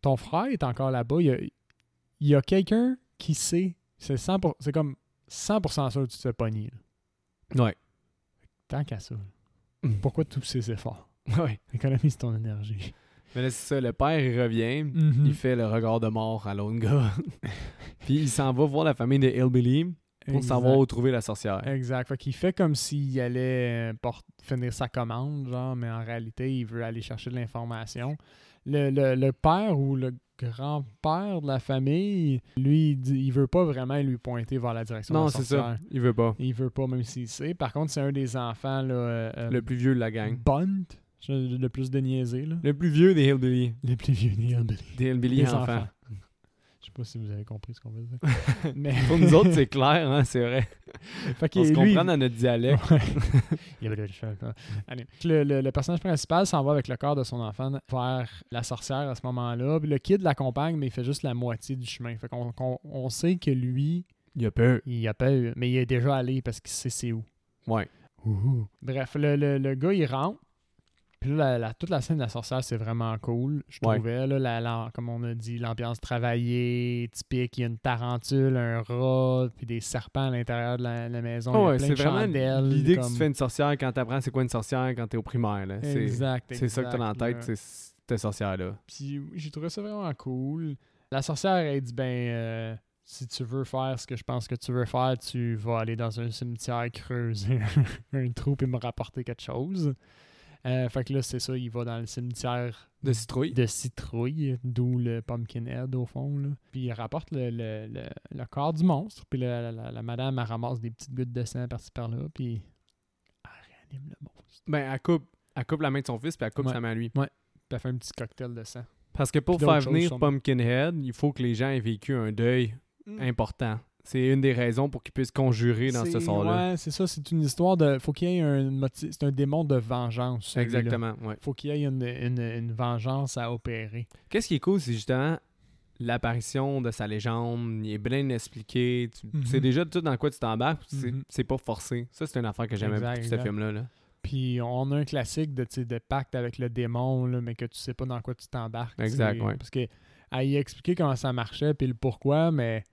Speaker 2: ton frère est encore là-bas. Il y a, il y a quelqu'un qui sait. C'est, 100 pour- c'est comme 100% sûr que tu te fais pogner. là.
Speaker 1: Ouais.
Speaker 2: Tant qu'à ça. Pourquoi tous ces efforts?
Speaker 1: Ouais.
Speaker 2: Économise ton énergie.
Speaker 1: Mais là, c'est ça, le père, il revient, il fait le regard de mort à l'autre gars. Puis il s'en va voir la famille de Hillbilly pour savoir où trouver la sorcière.
Speaker 2: Exact. Fait qu'il fait comme s'il allait euh, por- finir sa commande, genre, mais en réalité, il veut aller chercher de l'information. Le, le- le père ou le grand-père de la famille, lui, il, dit- il veut pas vraiment lui pointer vers la direction de
Speaker 1: Non,
Speaker 2: la
Speaker 1: c'est
Speaker 2: sorcière.
Speaker 1: ça. Il veut pas.
Speaker 2: Il veut pas, même s'il sait. Par contre, c'est un des enfants, là, euh, euh,
Speaker 1: Le plus vieux de la gang.
Speaker 2: Bunt, je- le plus de niaisé, là.
Speaker 1: Le plus vieux des Hillbilly.
Speaker 2: Le plus vieux hillbilly.
Speaker 1: Des Hillbilly
Speaker 2: Des
Speaker 1: enfants.
Speaker 2: Je sais pas si vous avez compris ce qu'on veut dire. Mais...
Speaker 1: Pour nous autres, c'est clair, hein, c'est vrai.
Speaker 2: Fait que
Speaker 1: On se
Speaker 2: lui,
Speaker 1: comprend
Speaker 2: il-
Speaker 1: dans notre dialecte.
Speaker 2: Ouais. Il y avait le cheval, quoi. Allez. Le, le- le personnage principal s'en va avec le corps de son enfant vers la sorcière à ce moment-là. Puis Le kid l'accompagne, mais il fait juste la moitié du chemin. Fait qu'on qu'on- on sait que lui,
Speaker 1: Il a peur.
Speaker 2: il a peur, mais il est déjà allé parce qu'il sait c'est où.
Speaker 1: Ouais.
Speaker 2: Bref, le, le- le gars, il rentre. Puis là, la- la- toute la scène de la sorcière, c'est vraiment cool. Je
Speaker 1: Ouais.
Speaker 2: trouvais, là, la- la- comme on a dit, l'ambiance travaillée, typique. Il y a une tarentule, un rat, puis des serpents à l'intérieur de la, la maison.
Speaker 1: Ah
Speaker 2: Il y a
Speaker 1: ouais,
Speaker 2: plein
Speaker 1: c'est
Speaker 2: de
Speaker 1: vraiment
Speaker 2: chandelles,
Speaker 1: l'idée que
Speaker 2: comme-
Speaker 1: tu te fais une sorcière quand t'apprends c'est quoi une sorcière quand t'es au primaire. là. C'est-
Speaker 2: Exact.
Speaker 1: C'est ça que t'as dans la
Speaker 2: exact,
Speaker 1: tête,
Speaker 2: là.
Speaker 1: c'est cette sorcière-là.
Speaker 2: Puis oui, j'ai trouvé ça vraiment cool. La sorcière, elle dit ben, euh, si tu veux faire ce que je pense que tu veux faire, tu vas aller dans un cimetière creuser un trou et me rapporter quelque chose. Euh, fait que là, c'est ça, il va dans le cimetière
Speaker 1: De citrouille.
Speaker 2: de citrouille, d'où le Pumpkinhead au fond. là. Puis il rapporte le, le- le- le corps du monstre. Puis la, la- la- la madame, elle ramasse des petites gouttes de sang par-ci par-là. Puis elle réanime le monstre.
Speaker 1: Ben, elle coupe, elle coupe la main de son fils puis elle coupe
Speaker 2: Ouais.
Speaker 1: sa main à lui.
Speaker 2: Puis elle fait un petit cocktail de sang.
Speaker 1: Parce que pour
Speaker 2: Puis d'autres
Speaker 1: faire
Speaker 2: choses,
Speaker 1: venir
Speaker 2: sûrement.
Speaker 1: Pumpkinhead, il faut que les gens aient vécu un deuil
Speaker 2: Mm.
Speaker 1: important. C'est une des raisons pour qu'ils puissent conjurer dans ce
Speaker 2: C'est-
Speaker 1: sort-là.
Speaker 2: Ouais, c'est ça. C'est une histoire de. Faut qu'il y ait un motif. C'est un démon de vengeance. celui-là.
Speaker 1: Exactement, ouais.
Speaker 2: Faut qu'il y ait une, une- une vengeance à opérer.
Speaker 1: Qu'est-ce qui est cool, c'est justement l'apparition de sa légende. Il est bien expliqué. Tu tu sais
Speaker 2: Mhm.
Speaker 1: déjà tout dans quoi tu t'embarques. puis c'est-
Speaker 2: Mhm.
Speaker 1: C'est pas forcé. Ça, c'est une affaire que j'aime
Speaker 2: Exact,
Speaker 1: beaucoup de ce
Speaker 2: exact.
Speaker 1: film-là. là.
Speaker 2: Puis on a un classique de, tu sais, de pacte avec le démon, là, mais que tu sais pas dans quoi tu t'embarques. tu
Speaker 1: Exact,
Speaker 2: sais.
Speaker 1: ouais.
Speaker 2: Parce que elle y a expliqué comment ça marchait, puis le pourquoi, mais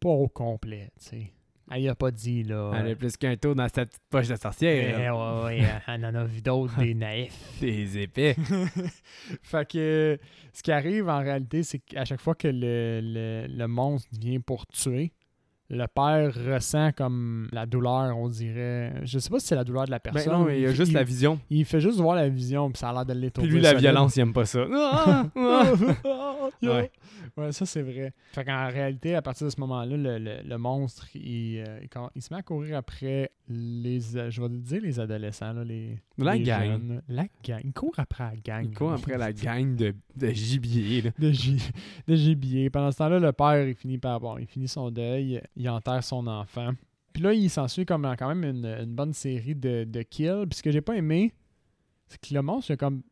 Speaker 2: pas au complet, tu sais. Elle y a pas dit, là.
Speaker 1: Elle est plus qu'un tour dans sa petite poche de
Speaker 2: Eh,
Speaker 1: sorcière. hein.
Speaker 2: ouais,
Speaker 1: là.
Speaker 2: ouais, elle en a vu d'autres, des naïfs.
Speaker 1: Des épais.
Speaker 2: fait que ce qui arrive en réalité, c'est qu'à chaque fois que le, le- le monstre vient pour tuer, le père ressent comme la douleur, on dirait. Je sais pas si c'est la douleur de la
Speaker 1: Ben
Speaker 2: personne.
Speaker 1: non, mais il y a juste la vision.
Speaker 2: Il fait juste voir la vision, puis ça a l'air de l'étourdir.
Speaker 1: Puis lui, la
Speaker 2: solide.
Speaker 1: violence, il aime pas ça. Ah, ah.
Speaker 2: ouais.
Speaker 1: Ouais.
Speaker 2: ça c'est vrai. Fait qu'en réalité, à partir de ce moment-là, le, le- le monstre, il, euh, il com- il se met à courir après les, euh, je vais dire les adolescents, là, les,
Speaker 1: La
Speaker 2: les
Speaker 1: gang.
Speaker 2: jeunes. La gang. Il court après la gang.
Speaker 1: Il court après la gang de, de gibier. là.
Speaker 2: de, gi- de gibier. Pendant ce temps-là, le père, il finit par. Bon, il finit son deuil, il enterre son enfant. Puis là, il s'ensuit comme quand même une, une bonne série de, de kills. Puis ce que j'ai pas aimé, c'est que le monstre, il a comme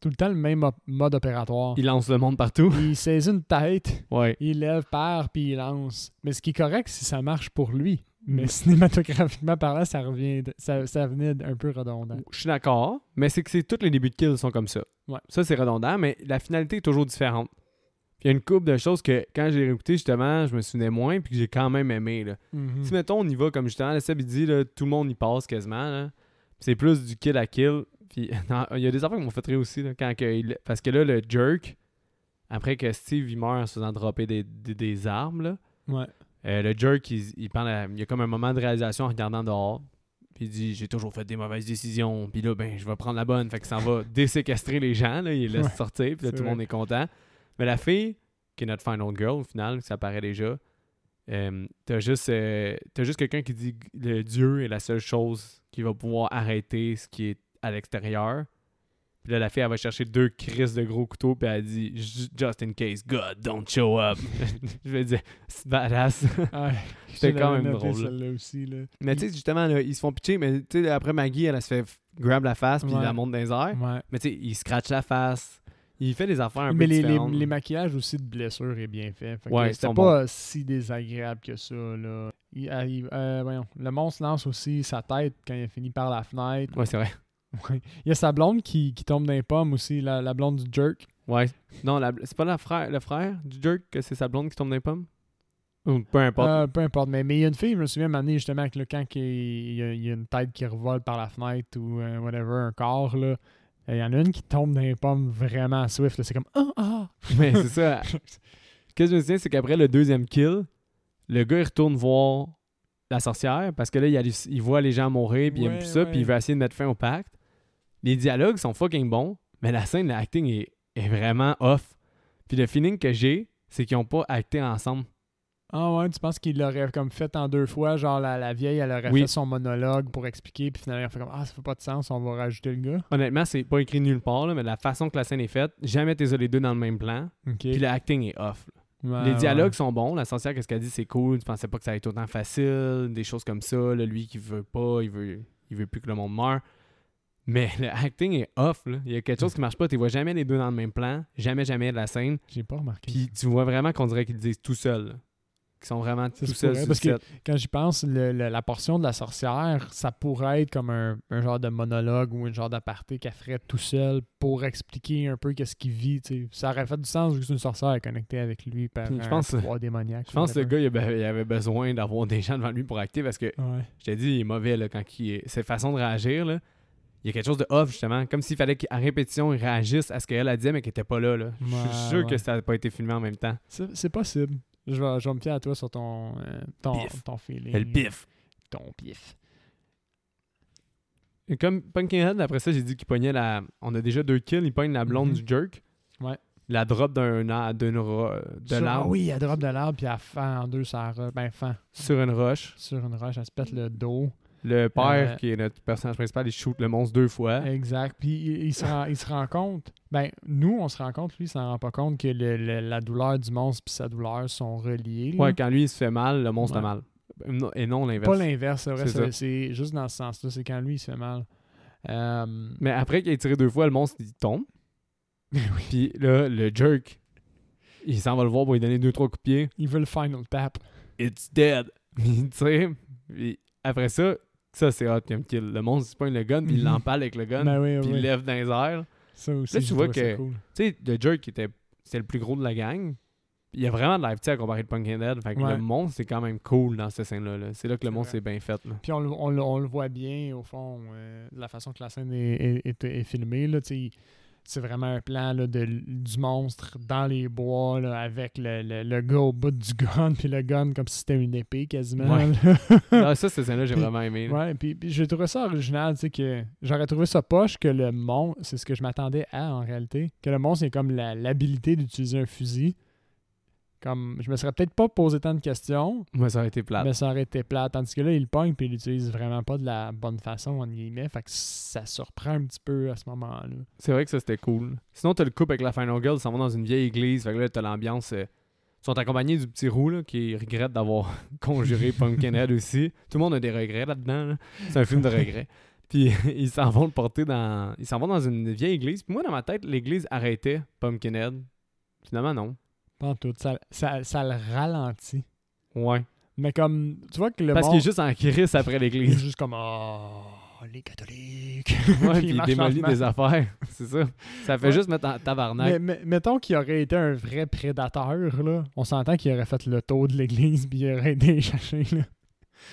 Speaker 2: tout le temps le même op- mode opératoire.
Speaker 1: Il lance le monde partout.
Speaker 2: Il saisit une tête,
Speaker 1: Ouais.
Speaker 2: il lève, part, puis il lance. Mais ce qui est correct, si ça marche pour lui.
Speaker 1: Mm.
Speaker 2: Mais cinématographiquement parlant, ça, revient, ça, ça venait un peu redondant.
Speaker 1: Je suis d'accord, mais c'est que c'est tous les débuts de kills sont comme ça.
Speaker 2: Ouais.
Speaker 1: Ça, c'est redondant, mais la finalité est toujours différente. Puis Il y a une couple de choses que, quand j'ai réécouté, justement, je me souvenais moins, puis que j'ai quand même aimé. Là.
Speaker 2: Hmm.
Speaker 1: Si, mettons, on y va comme justement, le Seb, il dit, là, tout le monde y passe quasiment. là. Puis C'est plus du kill à kill. Puis, non, il y a des affaires qui m'ont fait rire aussi, là, quand que il- parce que là, le jerk, après que Steve, il meurt en se faisant dropper des, des, des armes, là,
Speaker 2: Ouais.
Speaker 1: euh, le jerk, il, il prend la- il y a comme un moment de réalisation en regardant dehors. Puis il dit J'ai toujours fait des mauvaises décisions. Puis là, ben, je vais prendre la bonne. Fait que ça va déséquestrer les gens. Là, il les laisse
Speaker 2: Ouais,
Speaker 1: sortir. Puis là,
Speaker 2: c'est
Speaker 1: tout le
Speaker 2: vrai.
Speaker 1: monde est content. Mais la fille, qui est notre final girl, au final, ça paraît déjà, euh, t'as juste, euh, t'as juste quelqu'un qui dit le Dieu est la seule chose qui va pouvoir arrêter ce qui est à l'extérieur. Puis là, la fille, elle va chercher deux crises de gros couteaux. Puis elle dit Just in case, God, don't show up. je vais dire C'est badass.
Speaker 2: Ouais,
Speaker 1: C'était quand
Speaker 2: j'avais
Speaker 1: même
Speaker 2: Ah, noté
Speaker 1: drôle.
Speaker 2: celle-là aussi, là.
Speaker 1: Mais tu sais, justement, là, ils se font pitcher, mais tu sais, après Maggie, elle, elle se fait f- grab la face puis
Speaker 2: Ouais.
Speaker 1: la monte dans les airs.
Speaker 2: Ouais.
Speaker 1: Mais tu sais, il scratch la face. Il fait des affaires un
Speaker 2: Mais
Speaker 1: peu
Speaker 2: les, les,
Speaker 1: différentes.
Speaker 2: les maquillages aussi de blessures est bien fait. Fait que
Speaker 1: Ouais, ils
Speaker 2: c'était
Speaker 1: sont
Speaker 2: pas si désagréable que ça. Là. Il arrive- euh, voyons, le monstre lance aussi sa tête quand il a fini par la fenêtre.
Speaker 1: Ouais, c'est vrai.
Speaker 2: Ouais. Il y a sa blonde qui, qui tombe dans les pommes aussi, la, la blonde du jerk.
Speaker 1: Ouais. Non, la- c'est pas la frère, le frère du jerk que c'est sa blonde qui tombe dans les pommes Ou peu importe.
Speaker 2: Euh, peu importe. Mais mais il y a une fille, je me souviens, une année, justement, que, là, quand qu'il- il y, a, il y a une tête qui revole par la fenêtre ou euh, whatever, un corps, là, il y en a une qui tombe dans les pommes vraiment swift. là. C'est comme Ah, ah!
Speaker 1: Mais c'est ça. Qu'est-ce que je me souviens, c'est qu'après le deuxième kill, le gars il retourne voir la sorcière parce que là, il, halluc- il voit les gens mourir, puis il aime
Speaker 2: Ouais,
Speaker 1: plus ça,
Speaker 2: ouais.
Speaker 1: puis il veut essayer de mettre fin au pacte. Les dialogues sont fucking bons, mais la scène, l'acting est, est vraiment off. Puis le feeling que j'ai, c'est qu'ils ont pas acté ensemble.
Speaker 2: Ah ouais, tu penses qu'il l'aurait comme fait en deux fois, genre la, la vieille, elle aurait
Speaker 1: Oui.
Speaker 2: fait son monologue pour expliquer, puis finalement, elle fait comme Ah, ça fait pas de sens, on va rajouter le gars.
Speaker 1: Honnêtement, c'est pas écrit nulle part, là, mais la façon que la scène est faite, jamais t'es les deux dans le même plan,
Speaker 2: Ok.
Speaker 1: puis le acting est off. là.
Speaker 2: Ouais,
Speaker 1: les dialogues
Speaker 2: ouais.
Speaker 1: sont bons, la sorcière, qu'est-ce qu'elle dit, c'est cool, tu pensais pas que ça allait être autant facile, des choses comme ça, là, lui qui veut pas, il veut, il veut plus que le monde meure. Mais le acting est off, là. il y a quelque chose qui marche pas, tu vois jamais les deux dans le même plan, jamais, jamais de la scène,
Speaker 2: J'ai pas remarqué.
Speaker 1: puis tu vois vraiment qu'on dirait qu'ils le disent tout seuls, là. qu'ils sont vraiment tout
Speaker 2: Ça se
Speaker 1: seuls
Speaker 2: pourrait,
Speaker 1: sur
Speaker 2: parce
Speaker 1: le set.
Speaker 2: quand j'y pense, le- le- la portion de la sorcière, ça pourrait être comme un, un genre de monologue ou un genre d'aparté qu'elle ferait tout seul pour expliquer un peu qu'est-ce qu'il vit. tu sais. Ça aurait fait du sens vu que c'est une sorcière connectée avec lui par
Speaker 1: Puis je
Speaker 2: un
Speaker 1: pense-
Speaker 2: pouvoir démoniaque.
Speaker 1: Je pense que le gars, il avait- il avait besoin d'avoir des gens devant lui pour acter, parce que
Speaker 2: Ouais.
Speaker 1: Je t'ai dit, il est mauvais là, quand il est... Ses façons de réagir, là, il y a quelque chose de off, justement. Comme s'il fallait qu'à répétition, il réagisse à ce qu'elle a dit, mais qu'il était pas là. là. Je
Speaker 2: Ouais,
Speaker 1: suis sûr
Speaker 2: ouais.
Speaker 1: que ça n'a pas été filmé en même temps.
Speaker 2: C'est c'est possible. Je vais, je vais me fier à toi sur ton, euh, ton,
Speaker 1: Pif.
Speaker 2: ton feeling.
Speaker 1: Elle pif.
Speaker 2: Ton pif.
Speaker 1: Et comme Pumpkinhead, après ça, j'ai dit qu'il pognait la. On a déjà deux kills, il pogne la blonde
Speaker 2: Mhm.
Speaker 1: du jerk.
Speaker 2: Ouais.
Speaker 1: La drop d'un ar- d'une ro- de
Speaker 2: Sur- ah
Speaker 1: l'arbre
Speaker 2: Oui, elle drop de l'arbre puis elle fend en deux sa robe. Ben, fend
Speaker 1: sur une roche.
Speaker 2: sur une roche. Elle se pète le dos.
Speaker 1: Le père,
Speaker 2: Euh,
Speaker 1: qui est notre personnage principal, il shoot le monstre deux fois.
Speaker 2: Exact. Puis il, il se rend, il se rend compte. Ben, nous, on se rend compte, lui, il s'en rend pas compte que le- le- la douleur du monstre puis sa douleur sont reliées. là.
Speaker 1: Ouais, quand lui, il se fait mal, le monstre
Speaker 2: Ouais.
Speaker 1: a mal. Et non
Speaker 2: pas
Speaker 1: l'inverse.
Speaker 2: l'inverse, c'est vrai.
Speaker 1: C'est
Speaker 2: c'est-
Speaker 1: ça.
Speaker 2: C'est juste dans ce sens-là. C'est quand lui, il se fait mal. Euh,
Speaker 1: Mais après qu'il ait tiré deux fois, le monstre, il tombe.
Speaker 2: Ben
Speaker 1: Puis là, le jerk, il s'en va le voir pour lui donner deux, trois coups de pied.
Speaker 2: il veut le final tap.
Speaker 1: It's dead. Puis, tu sais, puis après ça, ça c'est hot comme kill. Le monstre, il pogne le gun, puis il
Speaker 2: Mhm.
Speaker 1: l'empale avec le gun,
Speaker 2: Ben oui,
Speaker 1: puis
Speaker 2: oui.
Speaker 1: il lève dans les airs.
Speaker 2: Ça aussi,
Speaker 1: Là, tu
Speaker 2: j'ai
Speaker 1: vois
Speaker 2: trouvé ça
Speaker 1: que-
Speaker 2: cool.
Speaker 1: Tu sais, le jerk, était, c'était le plus gros de la gang. Il y a vraiment de la à comparer de Pumpkinhead. Fait que
Speaker 2: Ouais.
Speaker 1: le monstre, c'est quand même cool dans cette scène-là. là. C'est là que le
Speaker 2: C'est
Speaker 1: monstre
Speaker 2: vrai.
Speaker 1: est bien fait. là.
Speaker 2: Puis on, le- on le- on le voit bien, au fond, euh, de la façon que la scène est, est- est- est filmée. Là, tu sais, c'est vraiment un plan là, de, du monstre dans les bois là, avec le, le, le gars au bout du gun, puis le gun comme si c'était une épée quasiment.
Speaker 1: Ouais.
Speaker 2: là.
Speaker 1: Ah, ça, cette scène-là, j'ai
Speaker 2: Puis-
Speaker 1: vraiment aimé. là.
Speaker 2: Ouais, puis, puis j'ai trouvé ça original, tu sais, que j'aurais trouvé ça poche que le monstre, c'est ce que je m'attendais à en réalité, que le monstre ait comme la- l'habilité d'utiliser un fusil. Comme, je me serais peut-être pas posé tant de questions,
Speaker 1: Moi, ça a été plate.
Speaker 2: mais ça aurait été plat. Tandis que là, il le pogne puis il l'utilise vraiment pas de la bonne façon, en guillemets. Fait que ça surprend un petit peu à ce moment-là.
Speaker 1: C'est vrai que ça, c'était cool. Sinon, t'as le couple avec la Final Girl, ils s'en vont dans une vieille église. Fait que là, t'as l'ambiance. euh, ils sont accompagnés du petit roux, là, qui regrette d'avoir conjuré Pumpkinhead aussi. Tout le monde a des regrets là-dedans. là. C'est un film de regrets. Puis ils s'en vont le porter dans. Ils s'en vont dans une vieille église. Puis moi, dans ma tête, l'église arrêtait Pumpkinhead. Finalement, non.
Speaker 2: Pas en tout, ça, ça, ça le ralentit.
Speaker 1: Ouais.
Speaker 2: Mais comme, tu vois que le
Speaker 1: Parce qu'il est
Speaker 2: monstre,
Speaker 1: juste en crise après
Speaker 2: il est
Speaker 1: l'église.
Speaker 2: juste comme, oh, les catholiques.
Speaker 1: Ouais, puis
Speaker 2: Puis il
Speaker 1: il
Speaker 2: marche
Speaker 1: démolit
Speaker 2: lentement.
Speaker 1: des affaires. C'est ça. Ça fait
Speaker 2: Ouais.
Speaker 1: juste mettre en tabarnak.
Speaker 2: Mais, mais- mettons qu'il aurait été un vrai prédateur, là. On s'entend qu'il aurait fait le tour de l'église puis il aurait été chercher, là.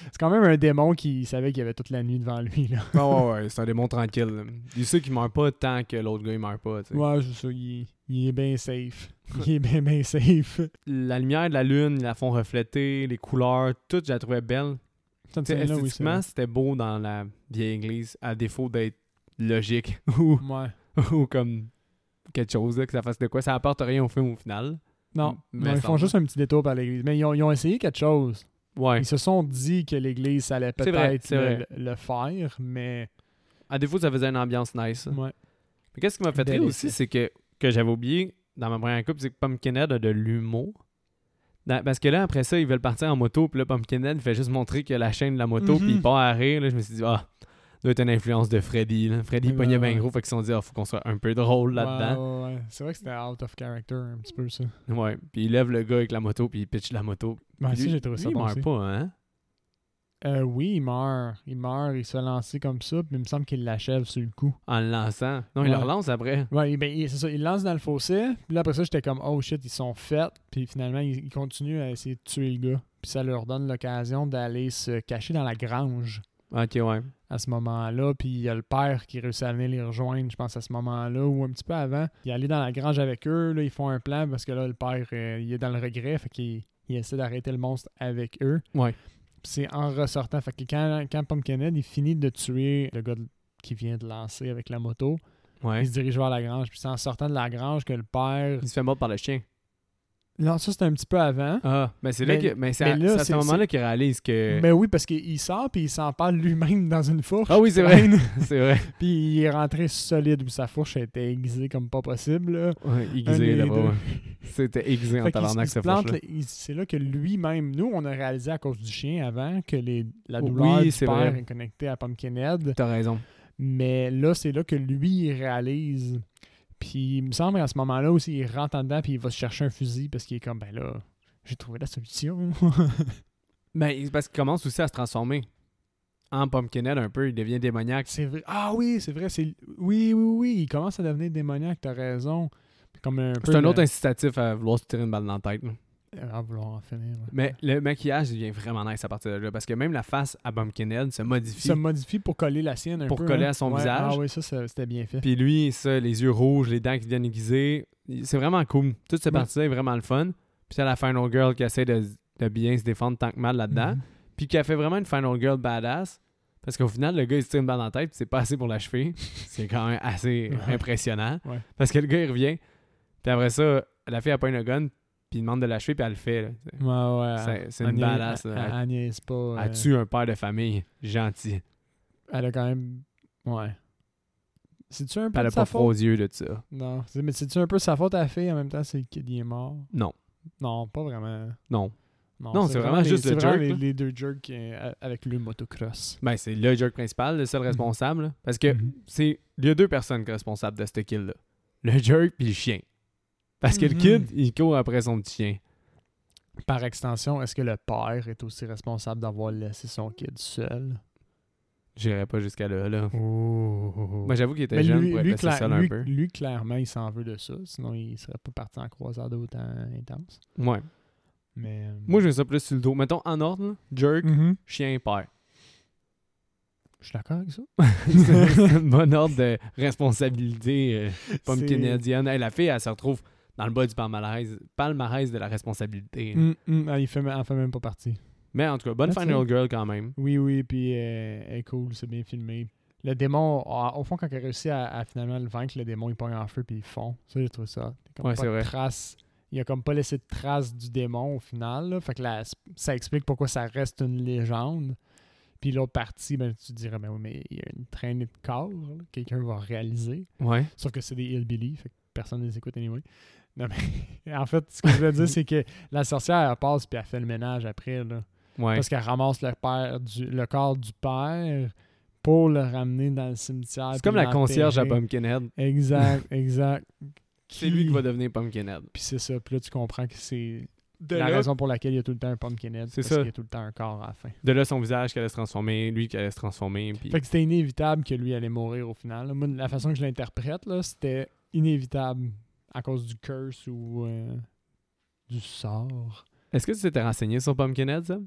Speaker 2: C'est quand même un démon qui savait qu'il y avait toute la nuit devant lui, là.
Speaker 1: Ouais, ouais, ouais. C'est un démon tranquille. là. Il sait qu'il meurt pas tant que l'autre gars, il meurt pas. tu sais.
Speaker 2: Ouais, c'est ça, il, il est bien safe. Il est bien, bien safe.
Speaker 1: la lumière de la lune, ils la font refléter, les couleurs, tout, je la trouvais belle.
Speaker 2: Ça me
Speaker 1: Tu sais,
Speaker 2: semble là, oui,
Speaker 1: esthétiquement, c'était beau dans la vieille église, à défaut d'être logique ou,
Speaker 2: c'est vrai. Ouais.
Speaker 1: ou comme quelque chose, là, que ça fasse de quoi. Ça apporte rien au film au final.
Speaker 2: Non,
Speaker 1: Mais
Speaker 2: non, ils font
Speaker 1: semble.
Speaker 2: juste un petit détour par l'église. Mais ils ont, ils ont essayé quelque chose.
Speaker 1: Ouais.
Speaker 2: Ils se sont dit que l'église, ça allait
Speaker 1: C'est vrai,
Speaker 2: peut-être
Speaker 1: c'est
Speaker 2: le,
Speaker 1: vrai.
Speaker 2: le faire, mais.
Speaker 1: À défaut, ça faisait une ambiance nice.
Speaker 2: Ouais.
Speaker 1: Mais qu'est-ce qui m'a fait
Speaker 2: Bel
Speaker 1: rire
Speaker 2: essai.
Speaker 1: aussi, c'est que, que j'avais oublié dans ma première coupe, c'est que Pumpkinhead a de l'humour. Dans- Parce que là, après ça, ils veulent partir en moto, puis là, Pumpkinhead fait juste montrer que la chaîne de la moto,
Speaker 2: Mhm.
Speaker 1: puis il part à rire. Là, je me suis dit, ah, doit être une influence de Freddy. là. Freddy
Speaker 2: Ouais,
Speaker 1: pognait
Speaker 2: ouais,
Speaker 1: bien
Speaker 2: ouais.
Speaker 1: gros, fait qu'ils se sont dit, ah, faut qu'on soit un peu drôle là-dedans.
Speaker 2: Ouais, ouais, ouais. C'est vrai que c'était out of character, un petit peu, ça.
Speaker 1: Ouais. Puis il lève le gars avec la moto, puis il pitch la moto.
Speaker 2: Ben,
Speaker 1: Puis
Speaker 2: ça,
Speaker 1: lui-
Speaker 2: j'ai trouvé ça
Speaker 1: lui, il
Speaker 2: bon.
Speaker 1: meurt
Speaker 2: aussi.
Speaker 1: pas, hein?
Speaker 2: Euh, oui, il meurt. Il meurt, il se fait lancer comme ça, puis il me semble qu'il l'achève sur le coup.
Speaker 1: En le lançant. Non, il
Speaker 2: Ouais.
Speaker 1: le relance après.
Speaker 2: Ouais, ben, il- c'est ça, il lance dans le fossé, puis là, après ça, j'étais comme, oh shit, ils sont faits, puis finalement, ils, ils continuent à essayer de tuer le gars. Puis ça leur donne l'occasion d'aller se cacher dans la grange
Speaker 1: Ok, ouais.
Speaker 2: à ce moment-là, puis il y a le père qui réussit à venir les rejoindre, je pense, à ce moment-là, ou un petit peu avant. Il est allé dans la grange avec eux, là, ils font un plan, parce que là, le père, euh, il est dans le regret, fait qu'il il essaie d'arrêter le monstre avec eux.
Speaker 1: Ouais.
Speaker 2: Puis c'est en ressortant. Fait que quand, quand Pumpkinhead, il finit de tuer le gars de- qui vient de lancer avec la moto,
Speaker 1: Ouais.
Speaker 2: il se dirige vers la grange. Puis c'est en sortant de la grange que le père.
Speaker 1: Il se fait mordre par le chien.
Speaker 2: Non, ça c'était un petit peu avant.
Speaker 1: Ah, mais c'est là
Speaker 2: Mais-
Speaker 1: que. Mais c'est
Speaker 2: mais
Speaker 1: à,
Speaker 2: là,
Speaker 1: c'est à
Speaker 2: c'est-
Speaker 1: ce moment-là qu'il réalise que.
Speaker 2: Mais oui, parce qu'il sort, puis il s'en parle lui-même dans une fourche.
Speaker 1: Ah oui, c'est vrai. c'est vrai.
Speaker 2: Puis il est rentré solide où sa fourche était aiguisée comme pas possible. là.
Speaker 1: Ouais,
Speaker 2: Un
Speaker 1: aiguisé
Speaker 2: des
Speaker 1: là-bas.
Speaker 2: deux.
Speaker 1: ouais. C'était aiguisé en
Speaker 2: Fait qu'il s- il
Speaker 1: tabarnak,
Speaker 2: se
Speaker 1: cette
Speaker 2: plante,
Speaker 1: fourche-là.
Speaker 2: là, il- C'est là que lui-même, nous, on a réalisé à cause du chien avant que les, la
Speaker 1: Oui,
Speaker 2: douleur du
Speaker 1: c'est
Speaker 2: père
Speaker 1: vrai.
Speaker 2: est connectée à Pumpkinhead.
Speaker 1: T'as raison.
Speaker 2: Mais là, c'est là que lui, il réalise. Puis il me semble à ce moment-là aussi, il rentre en dedans puis il va se chercher un fusil parce qu'il est comme, ben là, j'ai trouvé la solution.
Speaker 1: Mais Ben, c'est parce qu'il commence aussi à se transformer. En Pumpkinhead, un peu, il devient démoniaque.
Speaker 2: c'est vrai. Ah oui, c'est vrai. c'est Oui, oui, oui. Il commence à devenir démoniaque, t'as raison. Comme un peu
Speaker 1: C'est un
Speaker 2: le-
Speaker 1: autre incitatif à vouloir se tirer une balle dans la tête. là.
Speaker 2: À vouloir en finir. ouais.
Speaker 1: Mais le maquillage devient vraiment nice à partir de là. Parce que même la face à Pumpkinhead se
Speaker 2: Il
Speaker 1: modifie.
Speaker 2: se modifie pour coller la sienne un
Speaker 1: Pour
Speaker 2: peu.
Speaker 1: coller
Speaker 2: hein.
Speaker 1: à son
Speaker 2: Ouais,
Speaker 1: visage.
Speaker 2: Ah oui, ça, ça, c'était bien fait.
Speaker 1: Puis lui, ça, les yeux rouges, les dents qui viennent aiguisées. C'est vraiment cool. Toute cette
Speaker 2: Ouais.
Speaker 1: partie-là est vraiment le fun. Puis c'est la Final Girl qui essaie de, de bien se défendre tant que mal là-dedans.
Speaker 2: Mhm.
Speaker 1: Puis qui a fait vraiment une Final Girl badass. Parce qu'au final, le gars, il se tire une balle dans la tête, puis c'est pas assez pour l'achever. c'est quand même assez
Speaker 2: Ouais.
Speaker 1: impressionnant.
Speaker 2: Ouais.
Speaker 1: Parce que le gars, il revient. Puis après ça, la fille, elle pogne le gun, puis il demande de l'achever, puis elle le fait. là.
Speaker 2: Ouais, ouais.
Speaker 1: C'est- c'est
Speaker 2: elle
Speaker 1: une
Speaker 2: niaise-
Speaker 1: badass,
Speaker 2: Elle,
Speaker 1: là.
Speaker 2: elle niaise pas. euh,
Speaker 1: Elle tue un père de famille gentil.
Speaker 2: Elle a quand même. Ouais. C'est-tu un peu
Speaker 1: Elle
Speaker 2: de
Speaker 1: a
Speaker 2: sa
Speaker 1: pas
Speaker 2: faute?
Speaker 1: froid aux yeux de ça.
Speaker 2: Non, c'est- mais c'est-tu un peu sa faute à la fille en même temps, c'est le kid il est mort?
Speaker 1: Non.
Speaker 2: Non, pas vraiment.
Speaker 1: Non. Non, c'est vraiment
Speaker 2: les-
Speaker 1: juste
Speaker 2: c'est
Speaker 1: le
Speaker 2: vraiment
Speaker 1: jerk,
Speaker 2: les,
Speaker 1: là.
Speaker 2: les deux jerks qui- euh, avec le motocross.
Speaker 1: Ben, c'est le jerk principal, le seul responsable. là. Parce que
Speaker 2: Mhm.
Speaker 1: c'est il y a deux personnes responsables de ce kill-là. Le jerk puis le chien. Parce que
Speaker 2: Mhm.
Speaker 1: le kid, il court après son petit chien.
Speaker 2: Par extension, est-ce que le père est aussi responsable d'avoir laissé son kid seul?
Speaker 1: J'irai pas jusqu'à là, là.
Speaker 2: Oh.
Speaker 1: Moi, Ben, j'avoue qu'il était
Speaker 2: Mais
Speaker 1: jeune
Speaker 2: lui,
Speaker 1: pour être
Speaker 2: lui,
Speaker 1: laissé
Speaker 2: cla-
Speaker 1: seul un
Speaker 2: lui-
Speaker 1: peu.
Speaker 2: lui, clairement, il s'en veut de ça. Sinon, il serait pas parti en croisade autant intense.
Speaker 1: Ouais.
Speaker 2: Mais, euh,
Speaker 1: Moi, je mets ça plus sur le dos. Mettons, en ordre, là, jerk,
Speaker 2: Mhm.
Speaker 1: chien, père.
Speaker 2: Je suis d'accord avec ça.
Speaker 1: c'est c'est un bon ordre de responsabilité euh, pomme
Speaker 2: C'est-
Speaker 1: canadienne. Hey, la fille, elle se retrouve dans le bas du palmarès, palmarès de la responsabilité.
Speaker 2: Mm, mm, ah, il fait, en fait même pas partie.
Speaker 1: Mais en tout cas, bonne
Speaker 2: That's
Speaker 1: final girl quand même.
Speaker 2: Oui, oui, puis euh, elle est cool, c'est bien filmé. Le démon, a- au fond, quand il réussit à, à finalement le vaincre, le démon, il pogne en feu, puis il fond. Ça, j'ai trouvé ça. Il y a Comme
Speaker 1: Ouais,
Speaker 2: pas
Speaker 1: c'est
Speaker 2: de
Speaker 1: vrai.
Speaker 2: trace. Il a comme pas laissé de trace du démon au final. là. Fait que la- ça explique pourquoi ça reste une légende. Puis l'autre partie, ben, tu dirais, ben oui, mais il y a une traînée de corps, là, quelqu'un va réaliser.
Speaker 1: Ouais.
Speaker 2: Sauf que c'est des hillbillies, fait que personne ne les écoute anyway. Non, mais en fait, ce que je voulais dire, c'est que la sorcière, elle passe, puis elle fait le ménage après, là.
Speaker 1: Ouais.
Speaker 2: Parce qu'elle ramasse le, père du, le corps du père pour le ramener dans le cimetière.
Speaker 1: C'est
Speaker 2: puis
Speaker 1: comme la concierge à
Speaker 2: l'enterrer.
Speaker 1: Pumpkinhead.
Speaker 2: Exact, exact.
Speaker 1: C'est lui qui va devenir Pumpkinhead.
Speaker 2: Puis c'est ça. Puis là, tu comprends que c'est
Speaker 1: De
Speaker 2: la
Speaker 1: là,
Speaker 2: raison pour laquelle il y a tout le temps un pumpkinhead.
Speaker 1: C'est
Speaker 2: parce
Speaker 1: ça.
Speaker 2: qu'il y a tout le temps un corps à la fin.
Speaker 1: de là, son visage qui allait se transformer, lui qui allait se transformer. Puis...
Speaker 2: Fait que c'était inévitable que lui allait mourir au final. là. Moi, la façon que je l'interprète, là, c'était inévitable à cause du curse ou euh, du sort.
Speaker 1: Est-ce que tu t'étais renseigné sur Pumpkinhead, ça?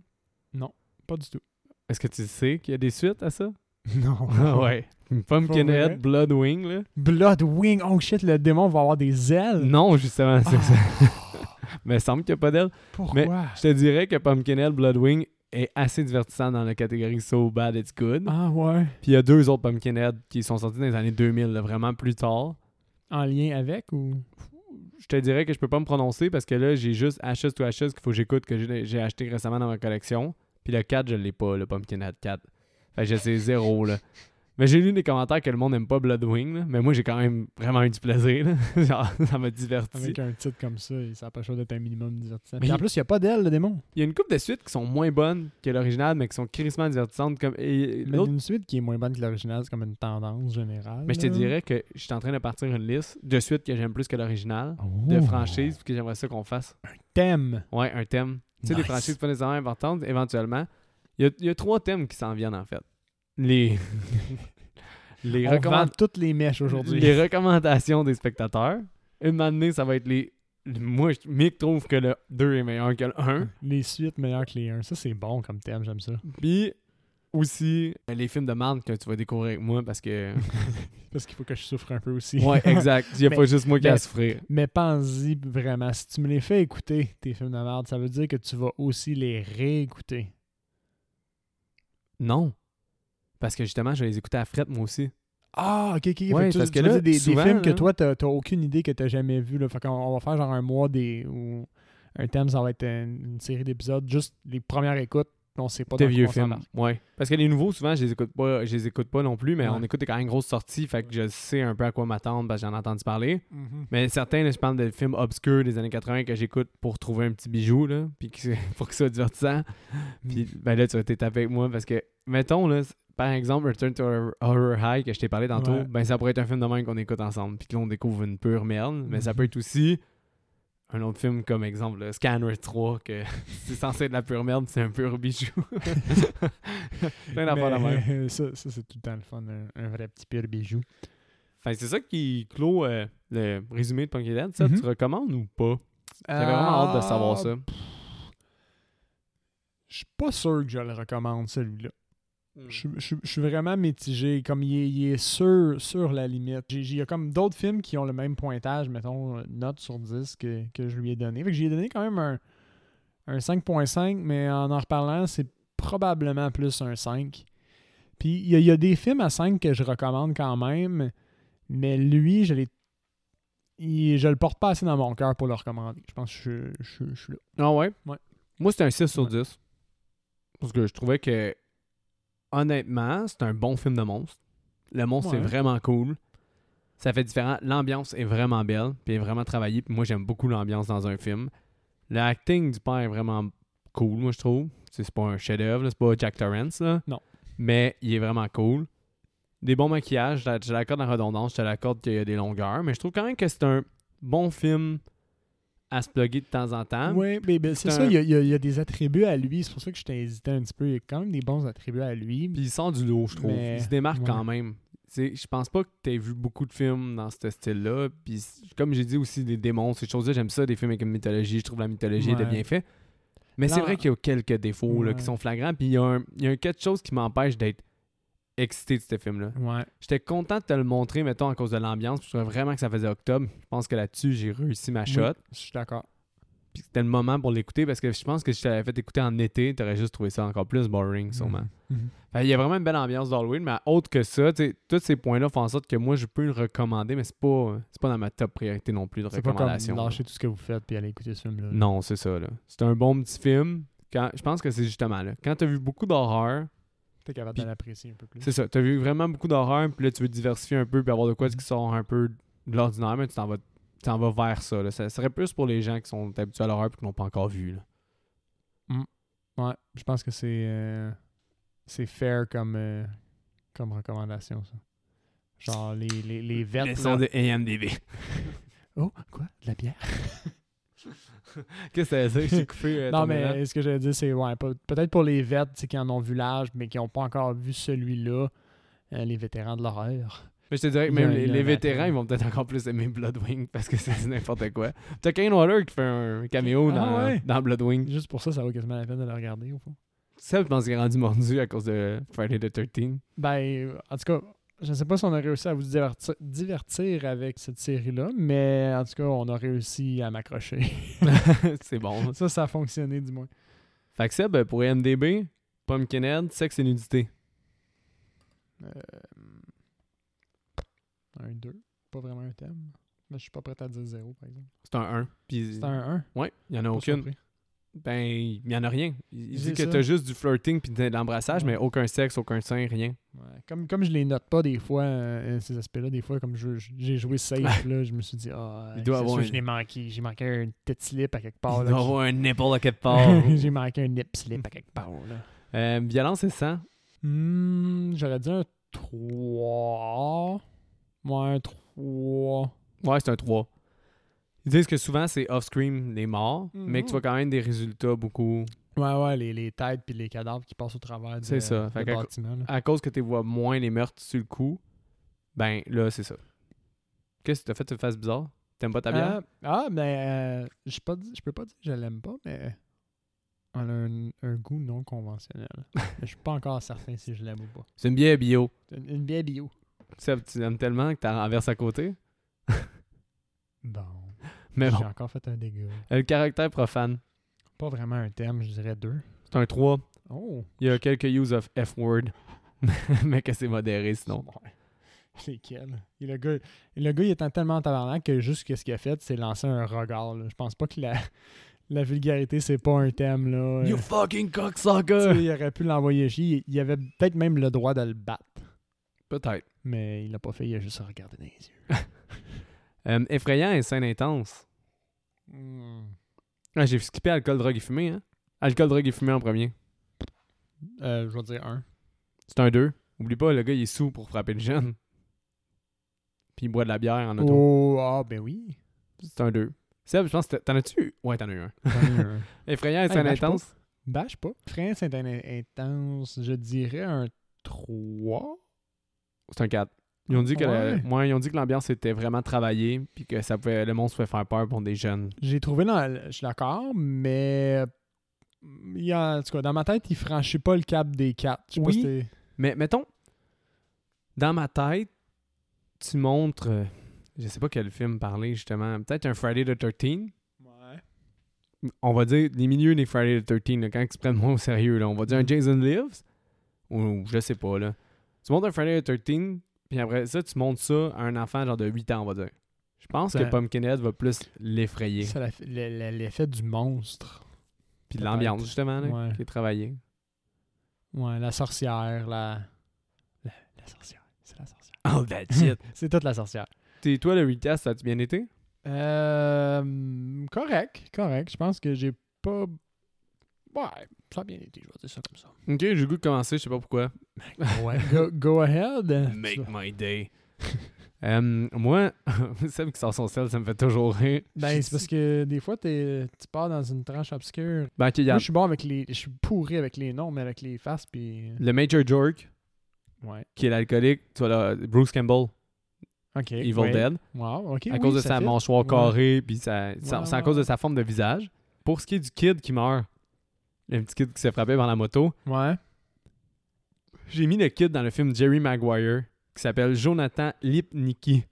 Speaker 2: Pas du tout.
Speaker 1: Est-ce que tu sais qu'il y a des suites à ça?
Speaker 2: Non.
Speaker 1: Ah ouais.
Speaker 2: vrai?
Speaker 1: Pumpkinhead, Bloodwing, là?
Speaker 2: Bloodwing. Oh shit, le démon va avoir des ailes.
Speaker 1: Non, justement, c'est ça.
Speaker 2: Ah.
Speaker 1: Mais il semble qu'il n'y a pas d'elle.
Speaker 2: Pourquoi?
Speaker 1: Je te dirais que Pumpkinhead, Bloodwing est assez divertissant dans la catégorie So Bad It's Good.
Speaker 2: Ah ouais.
Speaker 1: Puis il y a deux autres Pumpkinhead qui sont sortis dans les années 2000, là, vraiment plus tard.
Speaker 2: En lien avec ou.
Speaker 1: Je te dirais que je peux pas me prononcer parce que là, j'ai juste Ashes to Ashes qu'il faut que j'écoute, que j'ai j'ai acheté récemment dans ma collection. Puis le 4, je l'ai pas, le Pumpkinhead 4. Fait que je sais zéro, là. Mais j'ai lu des commentaires que le monde n'aime pas Bloodwing, là, mais moi, j'ai quand même vraiment eu du plaisir, là. Genre, ça m'a diverti.
Speaker 2: Avec un titre comme ça, ça n'a pas le choix d'être un minimum divertissant.
Speaker 1: Mais
Speaker 2: Puis en
Speaker 1: il-
Speaker 2: plus, il n'y a pas d'elle, le démon.
Speaker 1: Il y a une couple de suites qui sont moins bonnes que l'original, mais qui sont crissement divertissantes. Comme... Et
Speaker 2: Mais
Speaker 1: l'autre
Speaker 2: une suite qui est moins bonne que l'original, c'est comme une tendance générale.
Speaker 1: Mais je te
Speaker 2: là.
Speaker 1: dirais que je suis en train de partir une liste de suites que j'aime plus que l'original,
Speaker 2: Oh.
Speaker 1: de franchises, puis que j'aimerais ça qu'on fasse.
Speaker 2: Thème.
Speaker 1: Ouais, un thème. Tu sais, des
Speaker 2: Nice.
Speaker 1: franchises pas nécessairement importantes, éventuellement. Il y, a, il y a trois thèmes qui s'en viennent, en fait. Les, les,
Speaker 2: On
Speaker 1: recommand-
Speaker 2: vend toutes les mèches aujourd'hui.
Speaker 1: les recommandations des spectateurs. Une année, ça va être les... Moi, je- Mick trouve que le 2 est meilleur que le 1.
Speaker 2: Les suites meilleures que les 1. Ça, c'est bon comme thème, j'aime ça.
Speaker 1: Puis aussi euh, les films de merde que tu vas découvrir avec moi parce que...
Speaker 2: Parce qu'il faut que je souffre un peu aussi.
Speaker 1: Ouais, exact. Il n'y a
Speaker 2: Mais-
Speaker 1: pas juste moi qui
Speaker 2: mais-
Speaker 1: a souffrir.
Speaker 2: Mais pense-y vraiment. Si tu me les fais écouter, tes films de merde, ça veut dire que tu vas aussi les réécouter.
Speaker 1: Non. Parce que justement, je les écoutais à fret, moi aussi.
Speaker 2: Ah, ok, ok. Fait
Speaker 1: Ouais,
Speaker 2: tu-
Speaker 1: parce
Speaker 2: tu
Speaker 1: que
Speaker 2: veux
Speaker 1: là,
Speaker 2: dire des, des
Speaker 1: souvent,
Speaker 2: films que
Speaker 1: là-
Speaker 2: toi, t'as t'as aucune idée que t'as jamais vu. Là. Fait qu'on on va faire genre un mois des. ou un thème, ça va être une, une série d'épisodes. Juste les premières écoutes, on sait pas
Speaker 1: Des
Speaker 2: dans quoi
Speaker 1: vieux
Speaker 2: on
Speaker 1: films.
Speaker 2: s'embarque.
Speaker 1: Ouais. Parce que les nouveaux, souvent, je les écoute pas, je les écoute pas non plus, mais
Speaker 2: Ouais.
Speaker 1: on écoute des quand même grosses sorties, fait que je sais un peu à quoi m'attendre parce que j'en ai entendu parler. Mais certains, là, je parle de films obscurs des années 80 que j'écoute pour trouver un petit bijou, là, puis que- pour que ça soit divertissant.
Speaker 2: Hmm.
Speaker 1: Puis ben là, tu vas t'étaper avec moi parce que, mettons, là, c'est- par exemple, Return to Horror- Horror High que je t'ai parlé tantôt,
Speaker 2: Ouais.
Speaker 1: ben ça pourrait être un film de même qu'on écoute ensemble, puis que l'on découvre une pure merde. Mais ça
Speaker 2: Mhm.
Speaker 1: peut être aussi un autre film comme exemple, là, Scanner 3, que c'est censé être la pure merde, c'est un pur bijou. Plein d'affaires de même.
Speaker 2: Mais, ça, ça, c'est tout le temps le fun. Un, un vrai petit pire bijou.
Speaker 1: Fait que c'est ça qui clôt euh, le résumé de Punky Dead. Ça,
Speaker 2: Mhm.
Speaker 1: tu recommandes ou pas? J'avais vraiment hâte de savoir ça.
Speaker 2: Ah, Je suis pas sûr que je le recommande, celui-là.
Speaker 1: Hmm.
Speaker 2: Je je- je suis vraiment mitigé. Comme il est, il est sur, sur la limite. J'ai- j'ai- Il y a comme d'autres films qui ont le même pointage, mettons, euh, note sur 10 que, que je lui ai donné. Fait que j'ai donné quand même un, un 5.5, mais en en reparlant, c'est probablement plus un 5. Puis il y, a- il y a des films à 5 que je recommande quand même, mais lui, je l'ai. il- je le porte pas assez dans mon cœur pour le recommander. Je pense que je, je- je suis là.
Speaker 1: Ah ouais?
Speaker 2: Ouais.
Speaker 1: Moi, c'était un 6 sur
Speaker 2: Ouais.
Speaker 1: 10. Parce que je trouvais que, honnêtement, c'est un bon film de monstre. Le monstre,
Speaker 2: Ouais.
Speaker 1: c'est vraiment cool. Ça fait différent. L'ambiance est vraiment belle, puis est vraiment travaillée. Puis moi, j'aime beaucoup l'ambiance dans un film. Le acting du père est vraiment cool, moi, je trouve. C'est c'est pas un chef-d'œuvre, là, c'est pas Jack Torrance, là.
Speaker 2: Non.
Speaker 1: Mais il est vraiment cool. Des bons maquillages, je la- je l'accorde la redondance, je te l'accorde qu'il y a des longueurs, mais je trouve quand même que c'est un bon film à se plugger de temps en temps.
Speaker 2: Oui, mais, mais c'est
Speaker 1: Hein? c'est
Speaker 2: ça,
Speaker 1: un-
Speaker 2: il y, a, il y a- il y a des attributs à lui. C'est pour ça que j'étais hésité un petit peu. Il y a quand même des bons attributs à lui.
Speaker 1: Puis il sort du lot, je trouve.
Speaker 2: Mais-
Speaker 1: Il se démarque
Speaker 2: ouais.
Speaker 1: quand même. C'est- Je pense pas que t'aies vu beaucoup de films dans ce style-là. Puis c- comme j'ai dit aussi, des démons, ces choses-là, j'aime ça, des films avec une mythologie. Je trouve la mythologie était
Speaker 2: Ouais.
Speaker 1: bien faite. Mais
Speaker 2: Là,
Speaker 1: c'est vrai qu'il y a quelques défauts là,
Speaker 2: Ouais.
Speaker 1: qui sont flagrants. Puis il y, a un- il y a un quelque chose qui m'empêche d'être excité de ce film-là.
Speaker 2: Ouais.
Speaker 1: J'étais content de te le montrer, mettons, à cause de l'ambiance. puis Je trouvais vraiment que ça faisait octobre. Je pense que là-dessus, j'ai réussi ma shot.
Speaker 2: Oui, je suis d'accord.
Speaker 1: Puis c'était le moment pour l'écouter parce que je pense que si je t'avais fait écouter en été, t'aurais juste trouvé ça encore plus boring, Mm-hmm. sûrement.
Speaker 2: Mhm.
Speaker 1: Fait, il y a vraiment une belle ambiance d'Halloween, mais autre que ça, tu sais, tous ces points-là font en sorte que moi, je peux le recommander, mais c'est pas, c'est pas dans ma top priorité non plus de
Speaker 2: C'est pas
Speaker 1: recommandation.
Speaker 2: comme lâcher tout ce que vous faites puis aller écouter ce film-là.
Speaker 1: Non, c'est ça. là. C'est un bon petit film. Quand, je pense que c'est justement là. Quand t'as vu beaucoup d'horreur,
Speaker 2: T'es capable
Speaker 1: Puis-
Speaker 2: de l'apprécier un peu plus.
Speaker 1: c'est ça. T'as vu vraiment beaucoup d'horreur, puis là, tu veux diversifier un peu, puis avoir de quoi qui sort un peu de l'ordinaire, mais tu t'en vas, tu t'en vas vers ça. là. Ça serait plus pour les gens qui sont habitués à l'horreur et qui l'ont pas encore vu. là.
Speaker 2: Ouais, je pense que c'est euh, c'est fair comme, euh, comme recommandation, ça. Genre les, les, les vertes,
Speaker 1: Descends
Speaker 2: là.
Speaker 1: de IMDb.
Speaker 2: Oh, quoi? De la bière?
Speaker 1: Qu'est-ce que ça veut dire? J'ai coupé. euh,
Speaker 2: non,
Speaker 1: ton
Speaker 2: mais
Speaker 1: élan.
Speaker 2: ce que j'allais dire, c'est ouais, peut- peut-être pour les vets tu sais, qui en ont vu l'âge, mais qui n'ont pas encore vu celui-là, euh, les vétérans de l'horreur.
Speaker 1: Mais je te dirais que
Speaker 2: Il y a-
Speaker 1: même
Speaker 2: il y
Speaker 1: les,
Speaker 2: a
Speaker 1: les
Speaker 2: un
Speaker 1: vétérans,
Speaker 2: attrait.
Speaker 1: ils vont peut-être encore plus aimer Bloodwing parce que c'est du n'importe quoi. T'as Kane Waller qui fait un caméo
Speaker 2: Ah
Speaker 1: dans,
Speaker 2: ouais?
Speaker 1: dans Bloodwing.
Speaker 2: Juste pour ça, ça vaut quasiment la peine de le regarder, au fond.
Speaker 1: Ça, je pense qu'il est rendu mordu à cause de Friday the 13th.
Speaker 2: Ben, euh, en tout cas, je ne sais pas si on a réussi à vous divertir, divertir avec cette série-là, mais en tout cas, on a réussi à m'accrocher.
Speaker 1: c'est bon.
Speaker 2: ça, ça a fonctionné, du moins.
Speaker 1: Fait que Seb, pour MDB, Pumpkinhead, sexe et nudité.
Speaker 2: Euh, un 2. Pas vraiment un thème. Mais je suis pas prêt à dire 0, par exemple.
Speaker 1: C'est un 1. Puis,
Speaker 2: C'est un 1.
Speaker 1: ouais, il y en a aucune. Ben, il y en a rien. Il il
Speaker 2: C'est
Speaker 1: dit que
Speaker 2: ça.
Speaker 1: t'as juste du flirting puis de l'embrassage,
Speaker 2: Ouais.
Speaker 1: mais aucun sexe, aucun sein, rien.
Speaker 2: Comme, comme je les note pas des fois, euh, euh, ces aspects-là, des fois, comme je- j'ai joué safe, là, je me suis dit, ah,
Speaker 1: Il doit
Speaker 2: c'est
Speaker 1: avoir
Speaker 2: sûr que
Speaker 1: un-
Speaker 2: je l'ai manqué. J'ai manqué un petit slip à quelque
Speaker 1: Il
Speaker 2: part. là,
Speaker 1: doit
Speaker 2: qui-
Speaker 1: avoir un nipple à quelque
Speaker 2: J'ai manqué un nip slip à quelque part. là.
Speaker 1: Euh, violence et sang.
Speaker 2: Hmm, J'aurais dit un 3. Ouais, un 3.
Speaker 1: Ouais, c'est un 3. Ils disent que souvent c'est off-screen les morts, mais que tu vois quand même des résultats beaucoup.
Speaker 2: Ouais, ouais, les, les têtes puis les cadavres qui passent au travers du,
Speaker 1: C'est ça. Fait
Speaker 2: du
Speaker 1: qu'à-
Speaker 2: bâtiment. là.
Speaker 1: À cause que tu vois moins les meurtres sur le coup, ben là, c'est ça. Qu'est-ce que t'as fait, tu fasses bizarre? T'aimes pas ta bière?
Speaker 2: Ah, ah, mais euh, je peux pas di- je peux pas dire que je l'aime pas, mais elle a un, un goût non conventionnel. Mais je suis pas encore certain si je l'aime ou pas.
Speaker 1: C'est une bière bio.
Speaker 2: C'est Une, une bière bio.
Speaker 1: Seb, tu l'aimes tellement que t'as renverses à côté.
Speaker 2: Bon.
Speaker 1: Mais
Speaker 2: J'ai
Speaker 1: bon, Euh,
Speaker 2: encore fait un dégât.
Speaker 1: le caractère profane.
Speaker 2: Pas vraiment un thème, je dirais deux.
Speaker 1: C'est un 3.
Speaker 2: Oh!
Speaker 1: Il y a quelques use of F-word. mais que c'est modéré sinon.
Speaker 2: Ouais. Lesquels? Et le, gars, le gars, il est en tellement en tabarnak que juste que ce qu'il a fait, c'est lancer un regard. là. Je pense pas que la, la vulgarité, c'est pas un thème. là.
Speaker 1: You
Speaker 2: Euh,
Speaker 1: fucking
Speaker 2: tu
Speaker 1: cocksucker!
Speaker 2: sais, il aurait pu l'envoyer chier. Il avait peut-être même le droit de le battre.
Speaker 1: Peut-être.
Speaker 2: Mais il l'a pas fait, il a juste regardé dans les yeux.
Speaker 1: Euh, effrayant et scène intense.
Speaker 2: Hmm.
Speaker 1: Ah, J'ai skippé alcool, drogue et fumée. Hein? Alcool, drogue et fumée en premier.
Speaker 2: Euh, je vais dire un.
Speaker 1: C'est un 2. Oublie pas, le gars, il est sous pour frapper le jeune. Puis il boit de la bière en auto.
Speaker 2: Oh, ah, ben oui.
Speaker 1: C'est un 2. Seb, je pense que t'en as-tu eu? Ouais, t'en as eu un.
Speaker 2: J'en ai un.
Speaker 1: Effrayant et
Speaker 2: Hey, ben,
Speaker 1: scène
Speaker 2: marche pas.
Speaker 1: intense.
Speaker 2: Bâche pas. Frein, c'est un intense, je dirais un 3.
Speaker 1: C'est un 4. Ils ont dit que la-
Speaker 2: Ouais.
Speaker 1: ouais, ils ont dit que l'ambiance était vraiment travaillée puis que ça pouvait, le monstre pouvait faire peur pour des jeunes.
Speaker 2: J'ai trouvé dans. Je suis d'accord, mais. euh, Il y a, en tout cas, dans ma tête, il franchit pas le cap des 4. Je sais
Speaker 1: Oui.
Speaker 2: pas si t'es-
Speaker 1: Mais mettons, dans ma tête, tu montres, euh, je sais pas quel film parler justement, peut-être un Friday the 13 on va dire les milieux des Friday the 13 là, quand ils se prennent moins au sérieux là, on va dire un Jason Lives ou je sais pas là. Tu montes un Friday the 13 puis après ça tu montes ça à un enfant genre de 8 ans on va dire. Je pense
Speaker 2: Ça-
Speaker 1: que Pumpkinhead va plus l'effrayer
Speaker 2: Ça, la- la- la- l'effet du monstre.
Speaker 1: puis
Speaker 2: peut-être.
Speaker 1: l'ambiance justement là,
Speaker 2: Ouais.
Speaker 1: qui est travaillée.
Speaker 2: Ouais, la sorcière, la. La, la sorcière. C'est la sorcière.
Speaker 1: Oh that shit.
Speaker 2: C'est toute la sorcière.
Speaker 1: T'es toi le recast ça a-tu bien été
Speaker 2: Euh, correct, correct. Je pense que j'ai pas. Ouais, ça a bien été, je vais dire ça comme ça.
Speaker 1: OK, j'ai le goût de commencer, je sais pas pourquoi.
Speaker 2: Ouais, go, go ahead.
Speaker 1: Make my day. Euh, moi, Seb qui sort son sel, ça me fait toujours rire.
Speaker 2: Ben, c'est parce que des fois, t'es- tu pars dans une tranche obscure.
Speaker 1: Ben, OK, il y a
Speaker 2: Moi, je suis bon avec les. Je suis pourri avec les noms, mais avec les faces, puis.
Speaker 1: le Major Jork,
Speaker 2: Ouais.
Speaker 1: qui est l'alcoolique, tu vois là, Bruce Campbell,
Speaker 2: Ok.
Speaker 1: Evil
Speaker 2: ouais.
Speaker 1: Dead,
Speaker 2: Wow, ok.
Speaker 1: à
Speaker 2: oui,
Speaker 1: cause de
Speaker 2: ça
Speaker 1: sa
Speaker 2: fit.
Speaker 1: mâchoire
Speaker 2: Ouais.
Speaker 1: carrée, puis sa- sa-
Speaker 2: Ouais,
Speaker 1: c'est à
Speaker 2: ouais,
Speaker 1: cause de
Speaker 2: ouais.
Speaker 1: sa forme de visage. Pour ce qui est du kid qui meurt, le petit kid qui s'est frappé par la moto,
Speaker 2: Ouais.
Speaker 1: j'ai mis le kid dans le film Jerry Maguire, qui s'appelle Jonathan Lipnicki,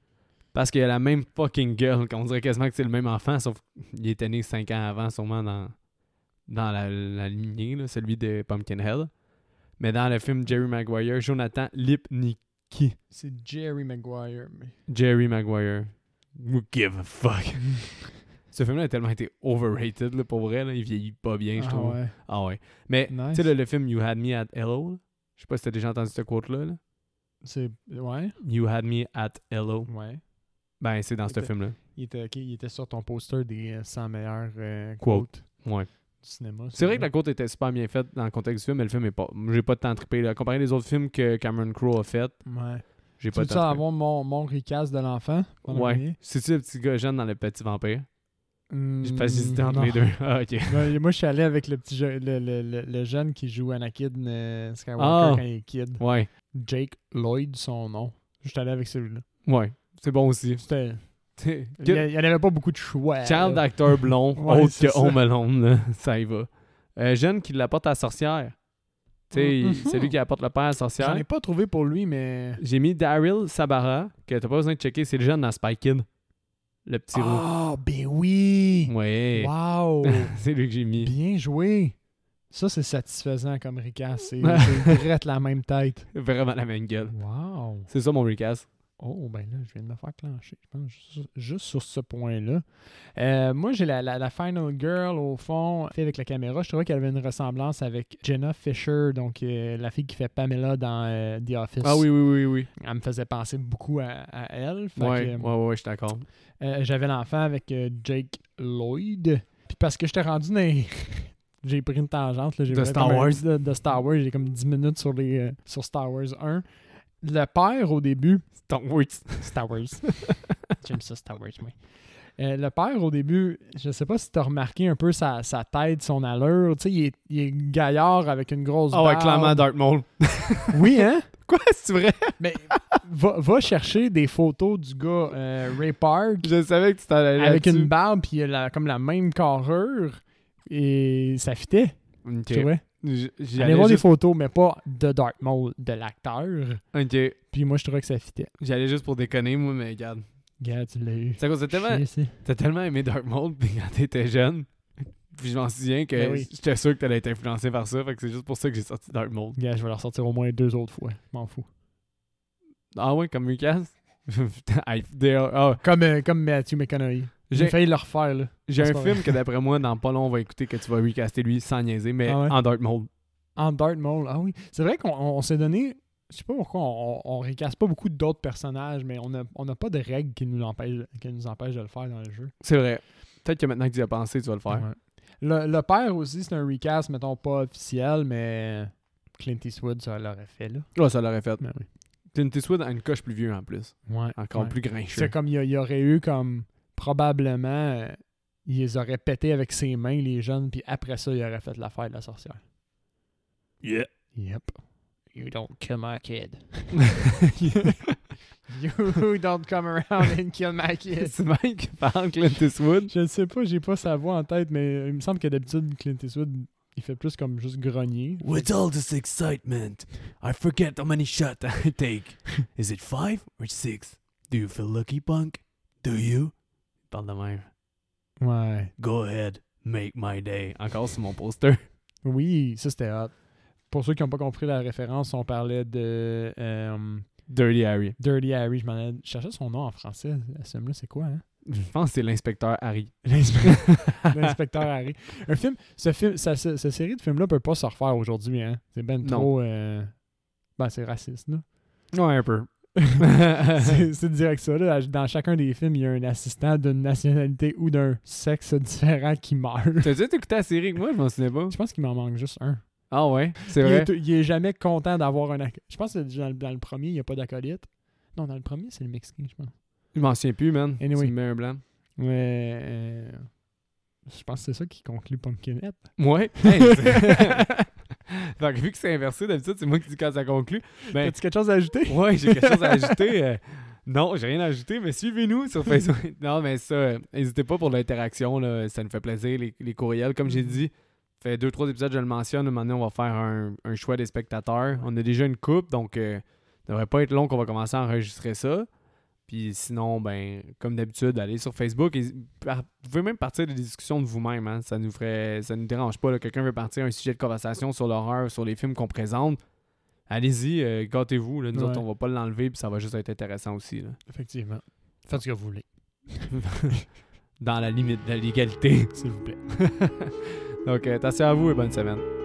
Speaker 1: parce qu'il a la même fucking gueule, qu'on dirait quasiment que c'est le même enfant, sauf qu'il était né 5 ans avant, sûrement dans, dans la, la lignée, là, celui de Pumpkinhead. Mais dans le film Jerry Maguire, Jonathan Lipnicki.
Speaker 2: C'est Jerry Maguire. Mais...
Speaker 1: Jerry Maguire. Who give a fuck? Ce film-là a tellement été overrated, là, pour vrai. Là. Il vieillit pas bien, je
Speaker 2: Ah
Speaker 1: trouve.
Speaker 2: ouais.
Speaker 1: Ah ouais. Mais, tu
Speaker 2: Nice.
Speaker 1: sais, le, le film You Had Me at Hello, là, je sais pas si t'as déjà entendu cette quote-là. là.
Speaker 2: C'est. Ouais.
Speaker 1: You Had Me at Hello.
Speaker 2: Ouais.
Speaker 1: Ben, c'est dans ce
Speaker 2: C'était-
Speaker 1: film-là.
Speaker 2: Il était, ok, il était sur ton poster des euh, 100 meilleurs euh,
Speaker 1: Quote.
Speaker 2: quotes
Speaker 1: Ouais.
Speaker 2: du cinéma.
Speaker 1: C'est vrai que la quote était super bien faite dans le contexte du film, mais le film est pas. J'ai pas de temps trippé. Là. Comparé aux autres films que Cameron Crowe a fait,
Speaker 2: Ouais.
Speaker 1: j'ai
Speaker 2: Tu
Speaker 1: pas
Speaker 2: veux
Speaker 1: de temps. trippé.
Speaker 2: avoir mon, mon recast de l'enfant? pendant la nuit?
Speaker 1: Ouais. C'est-tu le petit gars jeune dans Le Petit Vampire? J'ai pas
Speaker 2: Hmm,
Speaker 1: hésité entre
Speaker 2: non.
Speaker 1: les deux. Ah, ok.
Speaker 2: Ben, moi, je suis allé avec le petit je- le, le- le- le jeune qui joue Anakin euh, Skywalker
Speaker 1: Ah.
Speaker 2: quand il est kid.
Speaker 1: Ouais.
Speaker 2: Jake Lloyd, son nom. Je suis allé avec celui-là.
Speaker 1: Ouais. C'est bon aussi.
Speaker 2: C'était- Il
Speaker 1: Que-
Speaker 2: n'y en avait pas beaucoup de choix.
Speaker 1: Child
Speaker 2: là.
Speaker 1: acteur blond,
Speaker 2: Euh, Ouais,
Speaker 1: autre
Speaker 2: c'est
Speaker 1: que
Speaker 2: ça.
Speaker 1: Home Alone, là. ça y va. Euh, jeune qui l'apporte à la sorcière. Tu sais,
Speaker 2: Mhm.
Speaker 1: c'est lui qui apporte le père à la
Speaker 2: J'en
Speaker 1: sorcière.
Speaker 2: ai pas trouvé pour lui, mais.
Speaker 1: J'ai mis Daryl Sabara, que t'as pas besoin de checker, c'est le jeune dans Spy Kid. Le petit roux.
Speaker 2: Ah, ben oui!
Speaker 1: Ouais.
Speaker 2: Wow!
Speaker 1: c'est lui que j'ai mis.
Speaker 2: Bien joué! Ça, c'est satisfaisant comme ricasse. C'est c'est direct la même tête.
Speaker 1: Vraiment la même gueule.
Speaker 2: Wow!
Speaker 1: C'est ça mon recast.
Speaker 2: Oh, ben là, je viens de me faire clencher, je pense, juste, juste sur ce point-là. Euh, moi, j'ai la, la- la Final Girl, au fond, fait avec la caméra. Je trouvais qu'elle avait une ressemblance avec Jenna Fisher, donc euh, la fille qui fait Pamela dans euh, The Office.
Speaker 1: Ah oui, oui, oui, oui.
Speaker 2: Elle me faisait penser beaucoup à, à elle. Fait
Speaker 1: Ouais, ouais,
Speaker 2: que,
Speaker 1: ouais, ouais, je suis d'accord.
Speaker 2: euh, J'avais l'enfant avec euh, Jake Lloyd. Puis parce que j'étais rendu dans les- J'ai pris une tangente. Là, j'ai
Speaker 1: De
Speaker 2: fait
Speaker 1: Star
Speaker 2: comme un-
Speaker 1: Wars.
Speaker 2: De, de Star Wars. J'ai comme 10 minutes sur, les, euh, sur Star Wars 1. Le père, au début,
Speaker 1: Ton words.
Speaker 2: Star Wars. J'aime ça, Star Wars, moi. Euh, le père, au début, je sais pas si t'as remarqué un peu sa, sa tête, son allure. Tu sais, il est, il est gaillard avec une grosse
Speaker 1: Ah ouais,
Speaker 2: barbe.
Speaker 1: clairement Dark Maul.
Speaker 2: Oui, hein?
Speaker 1: Quoi, c'est vrai?
Speaker 2: Mais va, va chercher des photos du gars euh, Ray Park
Speaker 1: Je savais que tu t'en allais
Speaker 2: avec une
Speaker 1: là-dessus.
Speaker 2: barbe puis il a la- comme la même carrure et ça fitait,
Speaker 1: Ok.
Speaker 2: tu vois.
Speaker 1: J- j'allais
Speaker 2: J'allais voir des
Speaker 1: juste-
Speaker 2: photos, mais pas de Dark Maul, de l'acteur.
Speaker 1: Ok.
Speaker 2: Puis moi, je trouvais que ça fitait.
Speaker 1: J'allais juste pour déconner, moi, mais regarde.
Speaker 2: Gars, tu l'as eu.
Speaker 1: C'est à cause de tellement...
Speaker 2: Chier, c'est-
Speaker 1: T'as tellement aimé Dark Maul pis quand t'étais jeune. Puis je m'en souviens que
Speaker 2: Ben oui.
Speaker 1: j'étais sûr que t'allais être influencé par ça. Fait que c'est juste pour ça que j'ai sorti Dark Maul.
Speaker 2: Gars, je vais le ressortir au moins deux autres fois. Je M'en fous.
Speaker 1: Ah ouais, comme Lucas? Putain, I- they are- ah,
Speaker 2: Comme, euh, comme Matthew McConaughey. J'ai
Speaker 1: J'ai
Speaker 2: failli le refaire, là.
Speaker 1: j'ai
Speaker 2: Ah, c'est
Speaker 1: un
Speaker 2: pas
Speaker 1: film
Speaker 2: vrai.
Speaker 1: que d'après moi, dans pas long, on va écouter que tu vas recaster lui sans niaiser, mais
Speaker 2: Ah ouais?
Speaker 1: en Dark Maul.
Speaker 2: En Darth Maul. Ah oui. C'est vrai qu'on on- on s'est donné. Je sais pas pourquoi on, on, on recasse pas beaucoup d'autres personnages, mais on n'a on a pas de règles qui nous, empêchent, qui nous empêchent de le faire dans le jeu.
Speaker 1: C'est vrai. Peut-être que maintenant que tu y as pensé, tu vas le faire.
Speaker 2: Ouais. Le, le père aussi, c'est un recast, mettons pas officiel, mais Clint Eastwood, ça l'aurait fait, là.
Speaker 1: Ouais, ça l'aurait fait.
Speaker 2: Ben oui.
Speaker 1: Clint Eastwood a une coche plus vieux en plus.
Speaker 2: Ouais.
Speaker 1: Encore
Speaker 2: ouais.
Speaker 1: plus grincheux.
Speaker 2: C'est comme il y, a- il y aurait eu comme probablement euh, il les aurait pété avec ses mains les jeunes puis après ça il aurait fait l'affaire de la sorcière.
Speaker 1: Yeah.
Speaker 2: Yep. You don't kill my kid. You don't come around and kill my kid.
Speaker 1: c'est Mike qui parle Clint Eastwood.
Speaker 2: Je ne sais pas, j'ai pas sa voix en tête mais il me semble que d'habitude Clint Eastwood il fait plus comme juste grogner.
Speaker 1: With all this excitement, I forget how many shots I take. Is it five or six? Do you feel lucky, punk? Do you? Parle de même.
Speaker 2: Ouais.
Speaker 1: Go ahead, make my day. Encore sur mon poster.
Speaker 2: Oui, ça c'était hot. Pour ceux qui n'ont pas compris la référence, on parlait de euh,
Speaker 1: Dirty Harry.
Speaker 2: Dirty Harry. Je m'en allais- je cherchais son nom en français. Ce là c'est quoi, hein?
Speaker 1: Je pense que c'est l'inspecteur Harry.
Speaker 2: L'inspe- L'inspecteur Harry. Un film, ce film, sa, sa- sa série de films-là peut pas se refaire aujourd'hui, hein. C'est ben
Speaker 1: Non.
Speaker 2: trop. euh, Ben, c'est raciste, là.
Speaker 1: Ouais, un peu.
Speaker 2: c'est c'est direct ça, là. Dans chacun des films, il y a un assistant d'une nationalité ou d'un sexe différent qui meurt.
Speaker 1: T'as déjà écouté la série que moi? Je m'en souviens pas.
Speaker 2: Je pense qu'il m'en manque juste un.
Speaker 1: Ah ouais? C'est
Speaker 2: Il
Speaker 1: vrai?
Speaker 2: est, tou- il est jamais content d'avoir un. ac- Je pense que dans le, dans le premier, il n'y a pas d'acolyte. Non, dans le premier, c'est le Mexicain, je pense.
Speaker 1: Je m'en souviens plus, man.
Speaker 2: Anyway.
Speaker 1: Tu me mets un blanc.
Speaker 2: Mais. euh, je pense que c'est ça qui conclut Pumpkinhead.
Speaker 1: Ouais. Hey, c'est- Fait que vu que c'est inversé, d'habitude, c'est moi qui dis quand ça conclut. Ben,
Speaker 2: As-tu quelque chose à ajouter?
Speaker 1: ouais, j'ai quelque chose à ajouter. euh, non, j'ai rien à ajouter, mais suivez-nous sur Facebook. non, mais ça, euh, n'hésitez pas pour l'interaction. là, Ça nous fait plaisir, les, les courriels. Comme j'ai dit, fait deux, trois épisodes, je le mentionne. Maintenant, on va faire un, un choix des spectateurs. On a déjà une coupe, donc euh, ça devrait pas être long qu'on va commencer à enregistrer ça. Puis sinon, ben, comme d'habitude, allez sur Facebook. Et par- vous pouvez même partir des discussions de vous-même. hein. Ça nous ferait, ça nous dérange pas. là. Quelqu'un veut partir un sujet de conversation sur l'horreur, sur les films qu'on présente. Allez-y, euh, gâtez-vous. là. Nous
Speaker 2: Ouais.
Speaker 1: autres, on va pas l'enlever, puis ça va juste être intéressant aussi. là.
Speaker 2: Effectivement. Faites ce que vous voulez,
Speaker 1: Dans la limite de la légalité.
Speaker 2: s'il vous plaît.
Speaker 1: Donc, euh, attention à vous et bonne semaine.